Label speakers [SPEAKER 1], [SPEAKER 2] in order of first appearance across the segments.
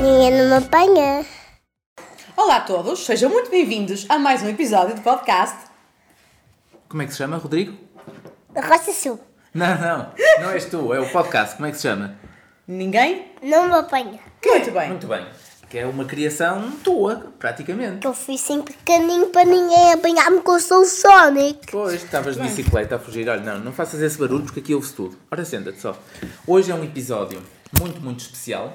[SPEAKER 1] Ninguém não me apanha.
[SPEAKER 2] Olá a todos, sejam muito bem-vindos a mais um episódio do podcast.
[SPEAKER 3] Como é que se chama, Rodrigo?
[SPEAKER 1] Roça Sul.
[SPEAKER 3] Não, não, não és tu, é o podcast. Como é que se chama?
[SPEAKER 2] Ninguém?
[SPEAKER 1] Não me apanha.
[SPEAKER 2] Muito bem.
[SPEAKER 3] Muito bem. Que é uma criação tua, praticamente.
[SPEAKER 1] Que eu fui sempre pequenininho para ninguém apanhar-me que eu sou o Sonic.
[SPEAKER 3] Pois, estavas de bicicleta a fugir. Olha, não, não faças esse barulho porque aqui ouve-se tudo. Ora, senta-te só. Hoje é um episódio muito, muito especial.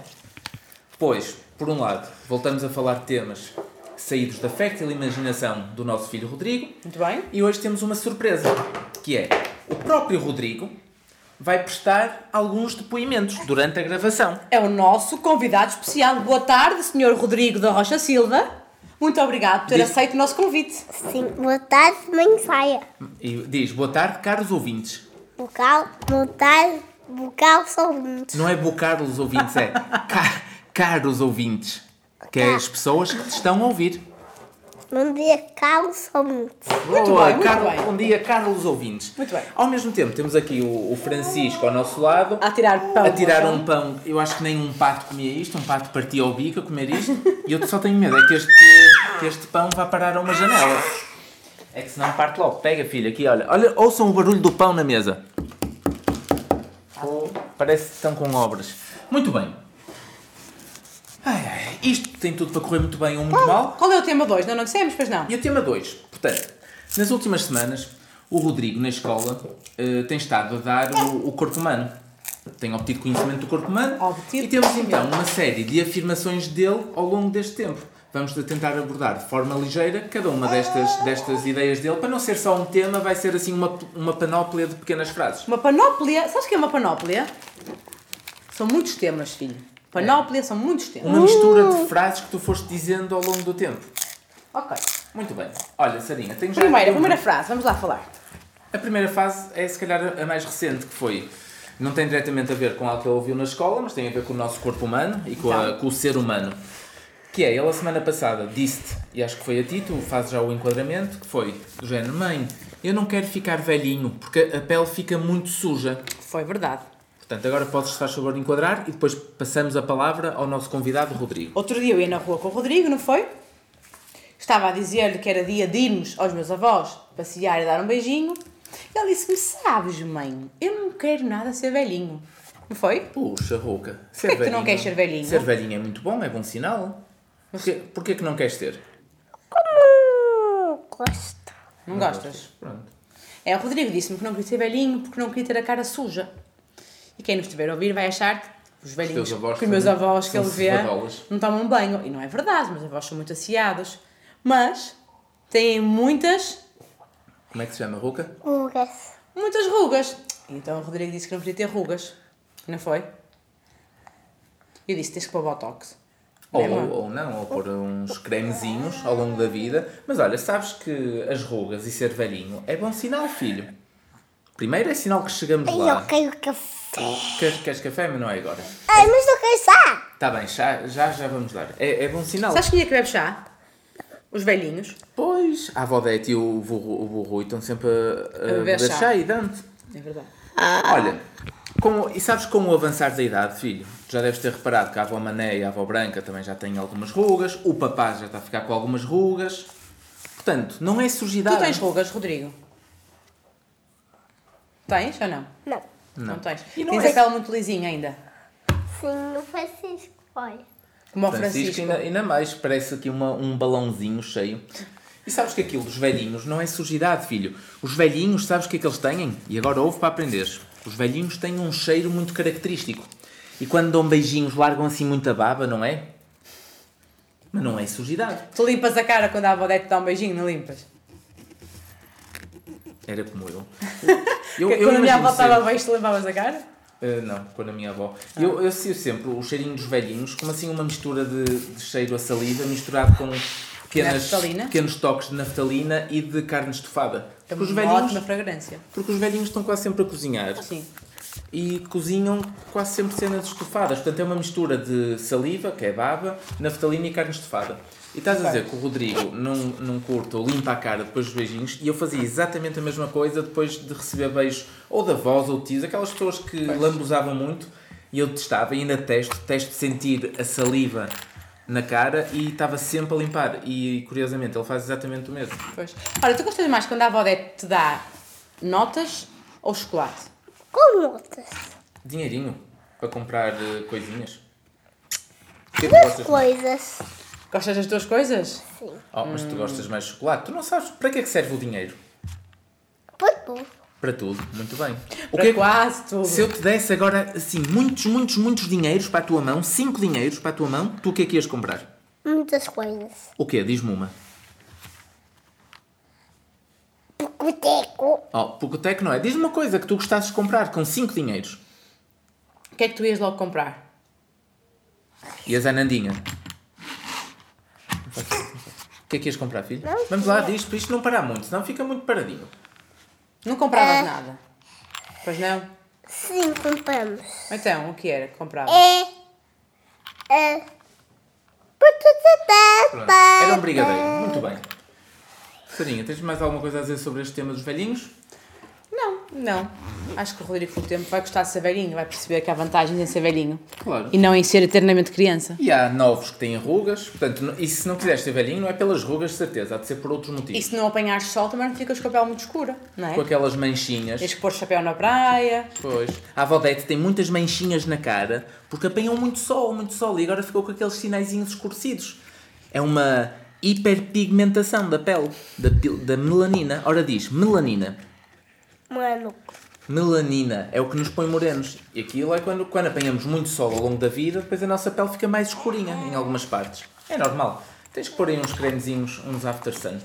[SPEAKER 3] Pois, por um lado, voltamos a falar de temas saídos da fértil imaginação do nosso filho Rodrigo.
[SPEAKER 2] Muito bem.
[SPEAKER 3] E hoje temos uma surpresa, que é o próprio Rodrigo vai prestar alguns depoimentos durante a gravação.
[SPEAKER 2] É o nosso convidado especial. Boa tarde, Sr. Rodrigo da Rocha Silva. Muito obrigado por ter
[SPEAKER 3] Diz-
[SPEAKER 2] aceito o nosso convite.
[SPEAKER 1] Sim, boa tarde, mãe saia.
[SPEAKER 3] E diz, boa tarde, caros ouvintes.
[SPEAKER 1] Bocal, boa tarde, bocal, sou muito.
[SPEAKER 3] Não é boa caros ouvintes, é ca- caros ouvintes. Que
[SPEAKER 2] Ah.
[SPEAKER 3] é as pessoas que te estão a ouvir.
[SPEAKER 1] Bom dia, calo, sou muito.
[SPEAKER 2] Muito
[SPEAKER 3] Boa,
[SPEAKER 2] bem, muito
[SPEAKER 3] Carlos-
[SPEAKER 2] bem.
[SPEAKER 3] Bom dia, caros ouvintes.
[SPEAKER 2] Muito bem.
[SPEAKER 3] Ao mesmo tempo, temos aqui o, o Francisco ao nosso lado.
[SPEAKER 2] A tirar pão. então.
[SPEAKER 3] a tirar um pão. Eu acho que nem um pato comia isto, um pato partia ao bico a comer isto. E eu só tenho medo, é que este, que este pão vá parar a uma janela. É que senão parte logo. Pega, filho, aqui, olha. Olha, ouçam o barulho do pão na mesa. Oh, Parece que estão com obras. Muito bem. Ai, ai, isto tem tudo para correr muito bem ou muito mal.
[SPEAKER 2] Qual é o tema 2? Não, não dissemos, pois não.
[SPEAKER 3] E o tema 2, portanto, nas últimas semanas, o Rodrigo na escola eh, tem estado a dar o, o corpo humano. Tem obtido conhecimento do corpo humano
[SPEAKER 2] Obtido
[SPEAKER 3] e temos então uma série de afirmações dele ao longo deste tempo. Vamos de tentar abordar de forma ligeira cada uma destas, destas ideias dele, para não ser só um tema, vai ser assim uma, uma panóplia de pequenas frases.
[SPEAKER 2] Uma panóplia. Sabes o que é uma panóplia? São muitos temas, filho. Panóplia são muitos temas.
[SPEAKER 3] Uma mistura de frases que tu foste dizendo ao longo do tempo.
[SPEAKER 2] Ok.
[SPEAKER 3] Muito bem. Olha, Sarinha, tenho já. um
[SPEAKER 2] Primeira, primeira frase, vamos lá falar.
[SPEAKER 3] A primeira fase é se calhar a mais recente, que foi. Não tem diretamente a ver com algo que ele ouviu na escola, mas tem a ver com o nosso corpo humano e com, a- com o ser humano. Que é, ele a semana passada disse-te, e acho que foi a ti, tu fazes já o enquadramento, que foi do género: Mãe, eu não quero ficar velhinho porque a pele fica muito suja.
[SPEAKER 2] Foi verdade.
[SPEAKER 3] Portanto, agora podes, se faz favor, enquadrar e depois passamos a palavra ao nosso convidado, Rodrigo.
[SPEAKER 2] Outro dia eu ia na rua com o Rodrigo, não foi? Estava a dizer-lhe que era dia de irmos aos meus avós passear e dar um beijinho. E ele disse-me: Sabes, mãe, eu não quero nada ser velhinho. Não foi?
[SPEAKER 3] Puxa, Rouca. Ser
[SPEAKER 2] Porquê que tu não queres ser velhinho?
[SPEAKER 3] Ser velhinho é muito bom, é bom sinal. Porquê, porquê que não queres ter?
[SPEAKER 1] Como gosto.
[SPEAKER 2] Não, gostas?
[SPEAKER 3] Pronto.
[SPEAKER 2] É, o Rodrigo disse-me que não queria ser velhinho porque não queria ter a cara suja. E quem nos estiver a ouvir vai achar que os velhinhos,
[SPEAKER 3] teus avós
[SPEAKER 2] que os meus
[SPEAKER 3] são-
[SPEAKER 2] avós que
[SPEAKER 3] são
[SPEAKER 2] ele vê
[SPEAKER 3] cevadolas.
[SPEAKER 2] não tomam banho. E não é verdade, os meus avós são muito assiados. Mas têm muitas
[SPEAKER 3] Como é que se chama, Rouca?
[SPEAKER 1] Rugas.
[SPEAKER 2] muitas rugas. Então o Rodrigo disse que não podia ter rugas, não foi? Eu disse: tens que pôr botox.
[SPEAKER 3] Ou,
[SPEAKER 2] Não é, mãe?
[SPEAKER 3] ou não, ou pôr uns cremezinhos ao longo da vida. Mas olha, sabes que as rugas e ser velhinho é bom sinal, filho. Primeiro é sinal que chegamos
[SPEAKER 1] Ai,
[SPEAKER 3] lá.
[SPEAKER 1] eu quero café.
[SPEAKER 3] Queres, queres café, mas não é agora.
[SPEAKER 1] Ai, mas não quero chá.
[SPEAKER 3] Tá bem, já, já, já vamos dar. É, é bom sinal.
[SPEAKER 2] Sabes quem é que bebe chá? Os velhinhos.
[SPEAKER 3] Pois, a avó Dete e o burro, o vô Rui estão sempre a,
[SPEAKER 2] A
[SPEAKER 3] a,
[SPEAKER 2] beber
[SPEAKER 3] beber
[SPEAKER 2] chá.
[SPEAKER 3] chá e dante.
[SPEAKER 2] É verdade.
[SPEAKER 3] Olha, com- e sabes com o avançar da idade, filho? Já deves ter reparado que a avó Mané e a avó Branca também já têm algumas rugas, o papá já está a ficar com algumas rugas. Portanto, não é surgidade.
[SPEAKER 2] Tu tens rugas, Rodrigo? Tens ou não?
[SPEAKER 1] Não.
[SPEAKER 2] Não, tens.
[SPEAKER 3] E não
[SPEAKER 2] tens
[SPEAKER 3] é-
[SPEAKER 2] a pele muito lisinha ainda.
[SPEAKER 1] Sim, não Francisco. Olha.
[SPEAKER 2] Como o
[SPEAKER 3] Francisco,
[SPEAKER 2] Francisco.
[SPEAKER 3] Ainda, ainda mais, parece aqui uma- um balãozinho cheio. E sabes que aquilo dos velhinhos não é sujidade, filho. Os velhinhos, sabes o que é que eles têm? E agora ouve para aprenderes. Os velhinhos têm um cheiro muito característico. E quando dão beijinhos, largam assim muita baba, não é? Mas não é sujidade.
[SPEAKER 2] Tu limpas a cara quando a avó deve te dar um beijinho, não limpas?
[SPEAKER 3] Era como eu.
[SPEAKER 2] Porque quando a minha
[SPEAKER 3] imagino
[SPEAKER 2] avó estava a
[SPEAKER 3] sempre-
[SPEAKER 2] beijo, tu limpavas a cara?
[SPEAKER 3] Uh, não, quando a minha avó. Eu, eu sinto sempre o cheirinho dos velhinhos, como assim uma mistura de, de cheiro a saliva misturado com pequenas,
[SPEAKER 2] Naftalina?
[SPEAKER 3] pequenos toques de naftalina e de carne estufada.
[SPEAKER 2] É
[SPEAKER 3] Porque
[SPEAKER 2] uma
[SPEAKER 3] os, velhinhos,
[SPEAKER 2] ótima fragrância.
[SPEAKER 3] porque os velhinhos estão quase sempre a cozinhar
[SPEAKER 2] Sim.
[SPEAKER 3] e cozinham quase sempre cenas estufadas. Portanto, é uma mistura de saliva, que é baba, naftalina e carne estufada. E estás a dizer que o Rodrigo não, não curta ou limpa a cara depois dos beijinhos e eu fazia exatamente a mesma coisa depois de receber beijos ou da voz ou de tios, aquelas pessoas que lambuzavam muito e eu testava e ainda testo, testo de sentir a saliva na cara e estava sempre a limpar. E curiosamente ele faz exatamente o mesmo.
[SPEAKER 2] Pois. Olha, tu gostas mais quando a avó Odete te dá notas ou chocolate?
[SPEAKER 1] Com notas.
[SPEAKER 3] Dinheirinho para comprar eh, coisinhas. O que é que
[SPEAKER 1] Duas
[SPEAKER 3] gostas mais?
[SPEAKER 1] coisas.
[SPEAKER 2] Gostas das tuas coisas?
[SPEAKER 1] Sim.
[SPEAKER 3] Oh, mas tu gostas mais de chocolate? Tu não sabes para que é que serve o dinheiro?
[SPEAKER 1] Por tudo.
[SPEAKER 3] Para tudo, muito bem. O
[SPEAKER 2] Para
[SPEAKER 3] que é que-
[SPEAKER 2] quase tudo.
[SPEAKER 3] Se eu te desse agora, assim, muitos, muitos, muitos dinheiros para a tua mão, cinco dinheiros para a tua mão, tu o que é que ias comprar?
[SPEAKER 1] Muitas coisas.
[SPEAKER 3] O quê? Diz-me uma.
[SPEAKER 1] Picoteco.
[SPEAKER 3] Oh, Pocoteco não é. Diz-me uma coisa que tu gostasses de comprar com cinco dinheiros.
[SPEAKER 2] O que é que tu ias logo comprar?
[SPEAKER 3] Ias à Nandinha. O que é que ias comprar, filho?
[SPEAKER 1] Não
[SPEAKER 3] Vamos lá, diz para isto não parar muito, senão fica muito paradinho.
[SPEAKER 2] Não compravas
[SPEAKER 1] É.
[SPEAKER 2] nada? Pois não?
[SPEAKER 1] Sim, compramos.
[SPEAKER 2] Então, o que era que compravas?
[SPEAKER 1] É. É. Pututata.
[SPEAKER 3] Pronto. Era um brigadeiro. Muito bem. Sarinha, tens mais alguma coisa a dizer sobre este tema dos velhinhos?
[SPEAKER 2] Não, não. Acho que o Rodrigo com o tempo vai gostar de ser velhinho, vai perceber que há vantagens em ser velhinho.
[SPEAKER 3] Claro.
[SPEAKER 2] E não em ser eternamente criança.
[SPEAKER 3] E há novos que têm rugas, portanto, não- e se não quiseres ser velhinho, não é pelas rugas, de certeza, há de ser por outros motivos.
[SPEAKER 2] E se não apanhares sol também não ficas com a pele muito escura, não é?
[SPEAKER 3] Com aquelas manchinhas.
[SPEAKER 2] Tens que pôr chapéu na praia.
[SPEAKER 3] Pois. A Valdete tem muitas manchinhas na cara porque apanhou muito sol, muito sol, e agora ficou com aqueles sinaizinhos escurecidos. É uma hiperpigmentação da pele, da, pil- da melanina. Ora diz, melanina.
[SPEAKER 1] Mano.
[SPEAKER 3] Melanina é o que nos põe morenos. E aquilo é quando, quando apanhamos muito sol ao longo da vida, depois a nossa pele fica mais escurinha em algumas partes. É normal. Tens que pôr aí uns cremezinhos, uns after sun.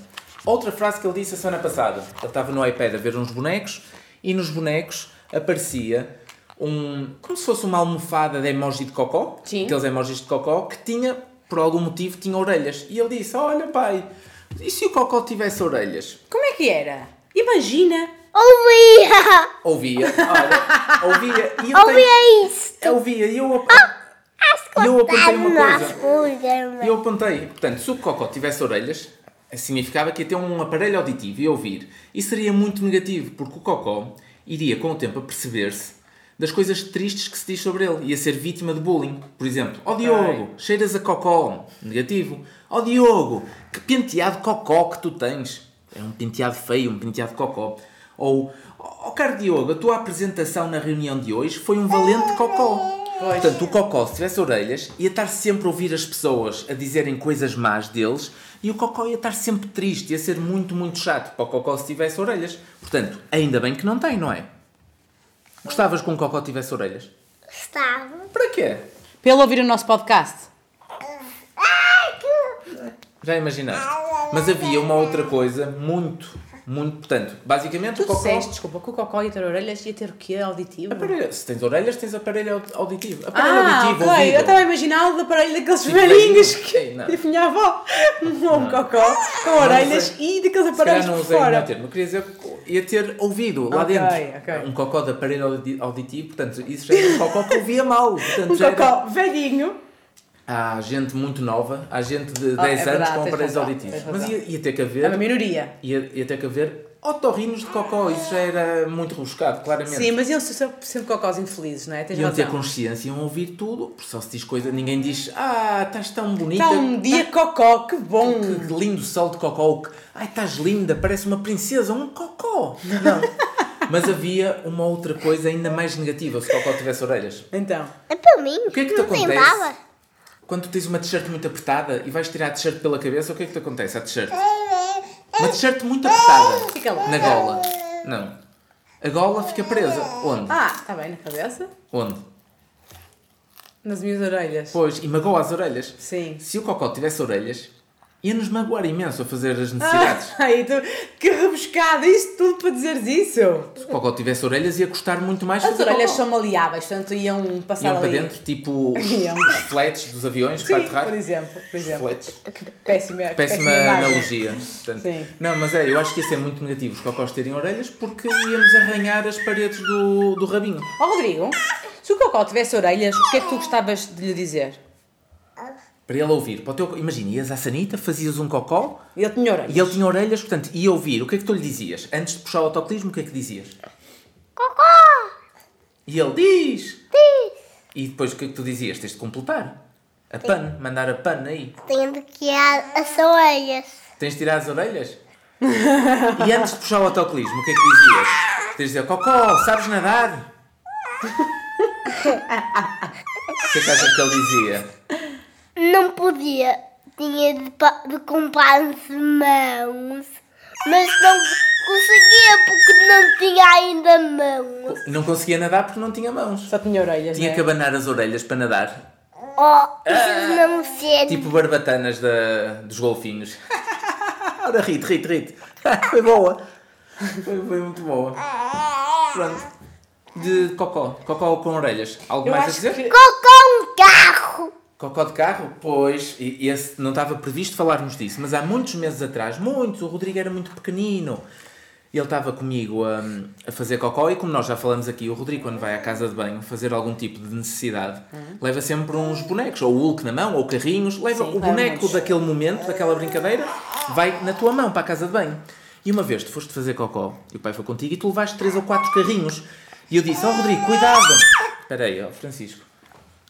[SPEAKER 3] Outra frase que ele disse a semana passada. Ele estava no iPad a ver uns bonecos e nos bonecos aparecia um. como se fosse uma almofada de emoji de cocó.
[SPEAKER 2] Sim.
[SPEAKER 3] Aqueles emojis de cocó que tinha, por algum motivo, tinha orelhas. E ele disse: Olha, pai, e se o cocó tivesse orelhas?
[SPEAKER 2] Como é que era? Imagina!
[SPEAKER 1] Ouvia.
[SPEAKER 3] Ouvia, olha, ouvia. E ele tem-
[SPEAKER 1] Ouvia isso.
[SPEAKER 3] eu ouvia e É eu, ap- e Ah, eu apontei uma coisa. E
[SPEAKER 1] coisa.
[SPEAKER 3] eu apontei. Portanto, se o Cocó tivesse orelhas, significava que ia ter um aparelho auditivo e ouvir. E seria muito negativo, porque o Cocó iria com o tempo a perceber-se das coisas tristes que se diz sobre ele. Ia ser vítima de bullying. Por exemplo, ó Diogo, cheiras a Cocó. Negativo. Ó Diogo, que penteado Cocó que tu tens. É um penteado feio, um penteado Cocó. Ou, ó caro Diogo, a tua apresentação na reunião de hoje foi um valente Cocó. Portanto, o Cocó, se tivesse orelhas, ia estar sempre a ouvir as pessoas a dizerem coisas más deles e o Cocó ia estar sempre triste, ia ser muito, muito chato para o Cocó se tivesse orelhas. Portanto, ainda bem que não tem, não é? Gostavas que um Cocó tivesse orelhas?
[SPEAKER 1] Estava.
[SPEAKER 3] Para quê?
[SPEAKER 2] Pelo ouvir o nosso podcast.
[SPEAKER 3] Já imaginaste? Mas havia uma outra coisa muito, muito. Portanto, basicamente
[SPEAKER 2] Tu
[SPEAKER 3] o Cocó.
[SPEAKER 2] disseste, desculpa, que o Cocó ia ter orelhas ia ter o quê? Auditivo?
[SPEAKER 3] Aparelho- Se tens orelhas, tens aparelho aud- auditivo. Aparelho
[SPEAKER 2] Ah,
[SPEAKER 3] auditivo,
[SPEAKER 2] ok.
[SPEAKER 3] ouvido.
[SPEAKER 2] Eu estava a imaginar o aparelho daqueles
[SPEAKER 3] Tipo,
[SPEAKER 2] velhinhos
[SPEAKER 3] ei,
[SPEAKER 2] que
[SPEAKER 3] não.
[SPEAKER 2] tipo, minha avó. Um cocó com orelhas e daqueles
[SPEAKER 3] Se calhar
[SPEAKER 2] aparelhos
[SPEAKER 3] não
[SPEAKER 2] por
[SPEAKER 3] usei o
[SPEAKER 2] fora.
[SPEAKER 3] meu termo. Eu queria dizer que ia ter ouvido lá
[SPEAKER 2] Ok,
[SPEAKER 3] dentro.
[SPEAKER 2] ok.
[SPEAKER 3] Um cocó de aparelho audi- auditivo, portanto, isso já era um cocó que ouvia mal. Portanto,
[SPEAKER 2] Um
[SPEAKER 3] já era-
[SPEAKER 2] cocó velhinho.
[SPEAKER 3] Há gente muito nova, há gente de 10
[SPEAKER 2] Ah, é
[SPEAKER 3] anos
[SPEAKER 2] verdade,
[SPEAKER 3] com
[SPEAKER 2] tens
[SPEAKER 3] aparelhos
[SPEAKER 2] razão,
[SPEAKER 3] auditivos.
[SPEAKER 2] tens
[SPEAKER 3] Mas
[SPEAKER 2] razão.
[SPEAKER 3] ia, ia ter que
[SPEAKER 2] É uma
[SPEAKER 3] haver.
[SPEAKER 2] minoria.
[SPEAKER 3] Ia, ia ter que haver otorrinos de cocó, isso já era muito rebuscado, claramente.
[SPEAKER 2] Sim, mas iam ser sempre- sempre cocós infelizes, não é? Tens
[SPEAKER 3] Iam ter
[SPEAKER 2] razão.
[SPEAKER 3] consciência, iam ouvir tudo, porque só se diz coisa, ninguém diz, ah, estás tão bonita.
[SPEAKER 2] Está um
[SPEAKER 3] Tá.
[SPEAKER 2] dia cocó, que bom.
[SPEAKER 3] Que lindo sol de cocó. que- Ai, estás linda, parece uma princesa, um cocó. Não. Mas havia uma outra coisa ainda mais negativa se o cocó tivesse orelhas.
[SPEAKER 2] Então,
[SPEAKER 1] É para mim.
[SPEAKER 3] O que é que te
[SPEAKER 1] não
[SPEAKER 3] acontece?
[SPEAKER 1] tem bala.
[SPEAKER 3] Quando tu tens uma t-shirt muito apertada e vais tirar a t-shirt pela cabeça, o que é que te acontece à t-shirt? Uma t-shirt muito apertada.
[SPEAKER 2] Fica lá.
[SPEAKER 3] Na gola. Não. A gola fica presa. Onde?
[SPEAKER 2] ah, está bem na cabeça?
[SPEAKER 3] Onde?
[SPEAKER 2] Nas minhas orelhas.
[SPEAKER 3] Pois, e magoa as orelhas.
[SPEAKER 2] Sim.
[SPEAKER 3] Se o cocó tivesse orelhas, ia-nos magoar imenso a fazer as necessidades.
[SPEAKER 2] Ai, Ah, tu, que rebuscada, isso tudo para dizeres isso.
[SPEAKER 3] Se o cocó tivesse orelhas, ia custar muito mais
[SPEAKER 2] As
[SPEAKER 3] fazer
[SPEAKER 2] orelhas
[SPEAKER 3] cocó.
[SPEAKER 2] são maleáveis, portanto iam passar
[SPEAKER 3] Iam para
[SPEAKER 2] ali.
[SPEAKER 3] dentro, tipo os,
[SPEAKER 2] Iam.
[SPEAKER 3] os fletes dos aviões para
[SPEAKER 2] Sim,
[SPEAKER 3] aterrar.
[SPEAKER 2] por exemplo, por exemplo.
[SPEAKER 3] Fletes.
[SPEAKER 2] Péssima,
[SPEAKER 3] Péssima
[SPEAKER 2] imagem.
[SPEAKER 3] analogia. portanto.
[SPEAKER 2] Sim.
[SPEAKER 3] Não, mas é, eu acho que ia ser muito negativo os cocós terem orelhas porque íamos arranhar as paredes do, do rabinho.
[SPEAKER 2] Ó Rodrigo, se o Cocó tivesse orelhas, o que é que tu gostavas de lhe dizer?
[SPEAKER 3] Para ele ouvir. Para o teu... Imagina, ias à sanita, fazias um cocó
[SPEAKER 2] E ele tinha orelhas.
[SPEAKER 3] e ele tinha orelhas, portanto, ia ouvir. O que é que tu lhe dizias? Antes de puxar o autoclismo, o que é que dizias?
[SPEAKER 1] Cocó!
[SPEAKER 3] E ele diz!
[SPEAKER 1] Sim!
[SPEAKER 3] E depois o que é que tu dizias? Tens de completar. A pan, mandar a pan aí.
[SPEAKER 1] Tendo que a, as orelhas.
[SPEAKER 3] Tens de tirar as orelhas? e antes de puxar o autoclismo, o que é que dizias? Tens de dizer, Cocó, sabes nadar? o que é que achas que ele dizia?
[SPEAKER 1] Não podia. Tinha de, pa- de comprar as mãos. Mas não conseguia porque não tinha ainda mãos.
[SPEAKER 3] Não conseguia nadar porque não tinha mãos.
[SPEAKER 2] Só tinha orelhas.
[SPEAKER 3] Tinha
[SPEAKER 2] né?
[SPEAKER 3] que abanar as orelhas para nadar.
[SPEAKER 1] Oh, isso não ser.
[SPEAKER 3] Ah. Tipo barbatanas da, dos golfinhos. Ora, rite, rite, rite. Foi boa. Foi, foi muito boa. Pronto. De cocó. Cocó com orelhas. Algo
[SPEAKER 2] Eu
[SPEAKER 3] mais a
[SPEAKER 2] acho
[SPEAKER 3] dizer?
[SPEAKER 2] que-
[SPEAKER 1] Cocó um carro.
[SPEAKER 3] Cocó de carro? Pois, e- esse, não estava previsto falarmos disso, mas há muitos meses atrás, muitos, o Rodrigo era muito pequenino. Ele estava comigo a, a fazer cocó e como nós já falamos aqui, o Rodrigo quando vai à casa de banho fazer algum tipo de necessidade, leva sempre uns bonecos, ou o Hulk na mão, ou carrinhos, leva
[SPEAKER 2] Uhum. Sim,
[SPEAKER 3] o
[SPEAKER 2] leva
[SPEAKER 3] boneco
[SPEAKER 2] muitos.
[SPEAKER 3] daquele momento, daquela brincadeira, vai na tua mão para a casa de banho. E uma vez tu foste fazer cocó, e o pai foi contigo, e tu levaste três ou quatro carrinhos. E eu disse, ó Rodrigo, cuidado! Espera aí, ó Francisco.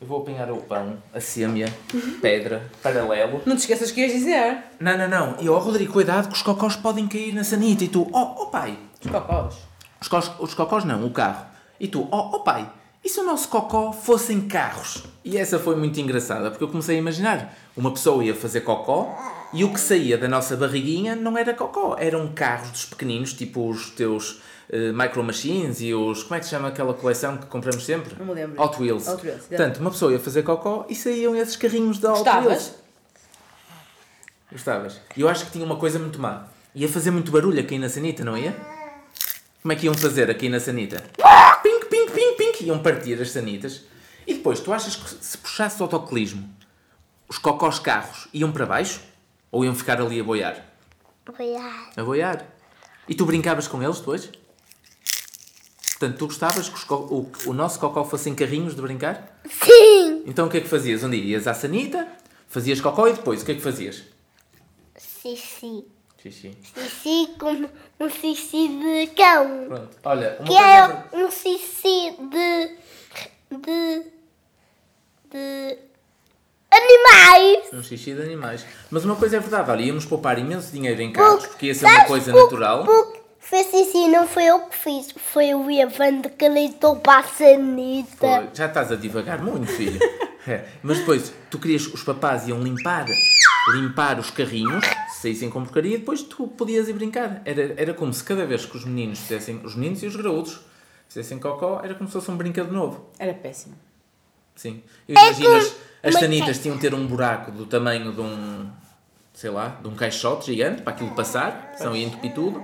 [SPEAKER 3] Eu vou apanhar o pão, a sêmia, pedra, paralelo.
[SPEAKER 2] Não te esqueças que ias dizer.
[SPEAKER 3] Não, não, não. E ó Rodrigo, cuidado que os cocós podem cair na sanita. E tu, ó, ó pai.
[SPEAKER 2] Os cocós.
[SPEAKER 3] Os, cos, os cocós não, o carro. E tu, ó, ó pai. E se o nosso cocó fossem carros? E essa foi muito engraçada, porque eu comecei a imaginar. Uma pessoa ia fazer cocó e o que saía da nossa barriguinha não era cocó. Eram carros dos pequeninos, tipo os teus eh, Micro Machines e os... Como é que se chama aquela coleção que compramos sempre?
[SPEAKER 2] Não me lembro.
[SPEAKER 3] Hot Wheels.
[SPEAKER 2] Hot Wheels, yeah.
[SPEAKER 3] Portanto, uma pessoa ia fazer cocó e saíam esses carrinhos da Hot Wheels.
[SPEAKER 2] Gostavas?
[SPEAKER 3] Gostavas? Eu acho que tinha uma coisa muito má. Ia fazer muito barulho aqui na sanita, não ia? Como é que iam fazer aqui na sanita? Pink, pink, pink, pink. Iam partir as sanitas. E depois, tu achas que se puxasse o autocolismo, os cocós carros iam para baixo? Ou iam ficar ali a boiar?
[SPEAKER 1] Olhar.
[SPEAKER 3] A boiar. E tu brincavas com eles depois? Portanto, tu gostavas que os co- o, o nosso cocó fossem carrinhos de brincar?
[SPEAKER 1] Sim.
[SPEAKER 3] Então o que é que fazias? Um dia ias à sanita, fazias cocó e depois o que é que fazias?
[SPEAKER 1] Sissi.
[SPEAKER 3] Xixi.
[SPEAKER 1] Sissi como um sissi de cão.
[SPEAKER 3] Pronto, olha, uma
[SPEAKER 1] Que
[SPEAKER 3] coisa...
[SPEAKER 1] é um sissi de. de. de. animais.
[SPEAKER 3] Um xixi de animais. Mas uma coisa é verdade, olha, íamos poupar imenso dinheiro em carros,
[SPEAKER 1] Porque
[SPEAKER 3] porque ia ser uma coisa natural.
[SPEAKER 1] Porque foi sissi, não foi eu que fiz. Foi o Ivan que leitou para a sanita.
[SPEAKER 3] Pô, já estás a divagar muito, filho. É, Mas depois, tu querias, os papás iam limpar, limpar os carrinhos, se saíssem com porcaria, e depois tu podias ir brincar. Era, era como se cada vez que os meninos fizessem, os meninos e os graúdos, fizessem cocó, era como se fosse um brinquedo novo.
[SPEAKER 2] Era péssimo.
[SPEAKER 3] Sim.
[SPEAKER 2] É
[SPEAKER 3] Eu imagino as, as
[SPEAKER 1] uma
[SPEAKER 3] sanitas tinham de ter um buraco do tamanho de um, sei lá, de um caixote gigante para aquilo passar, senão ia entupir tudo.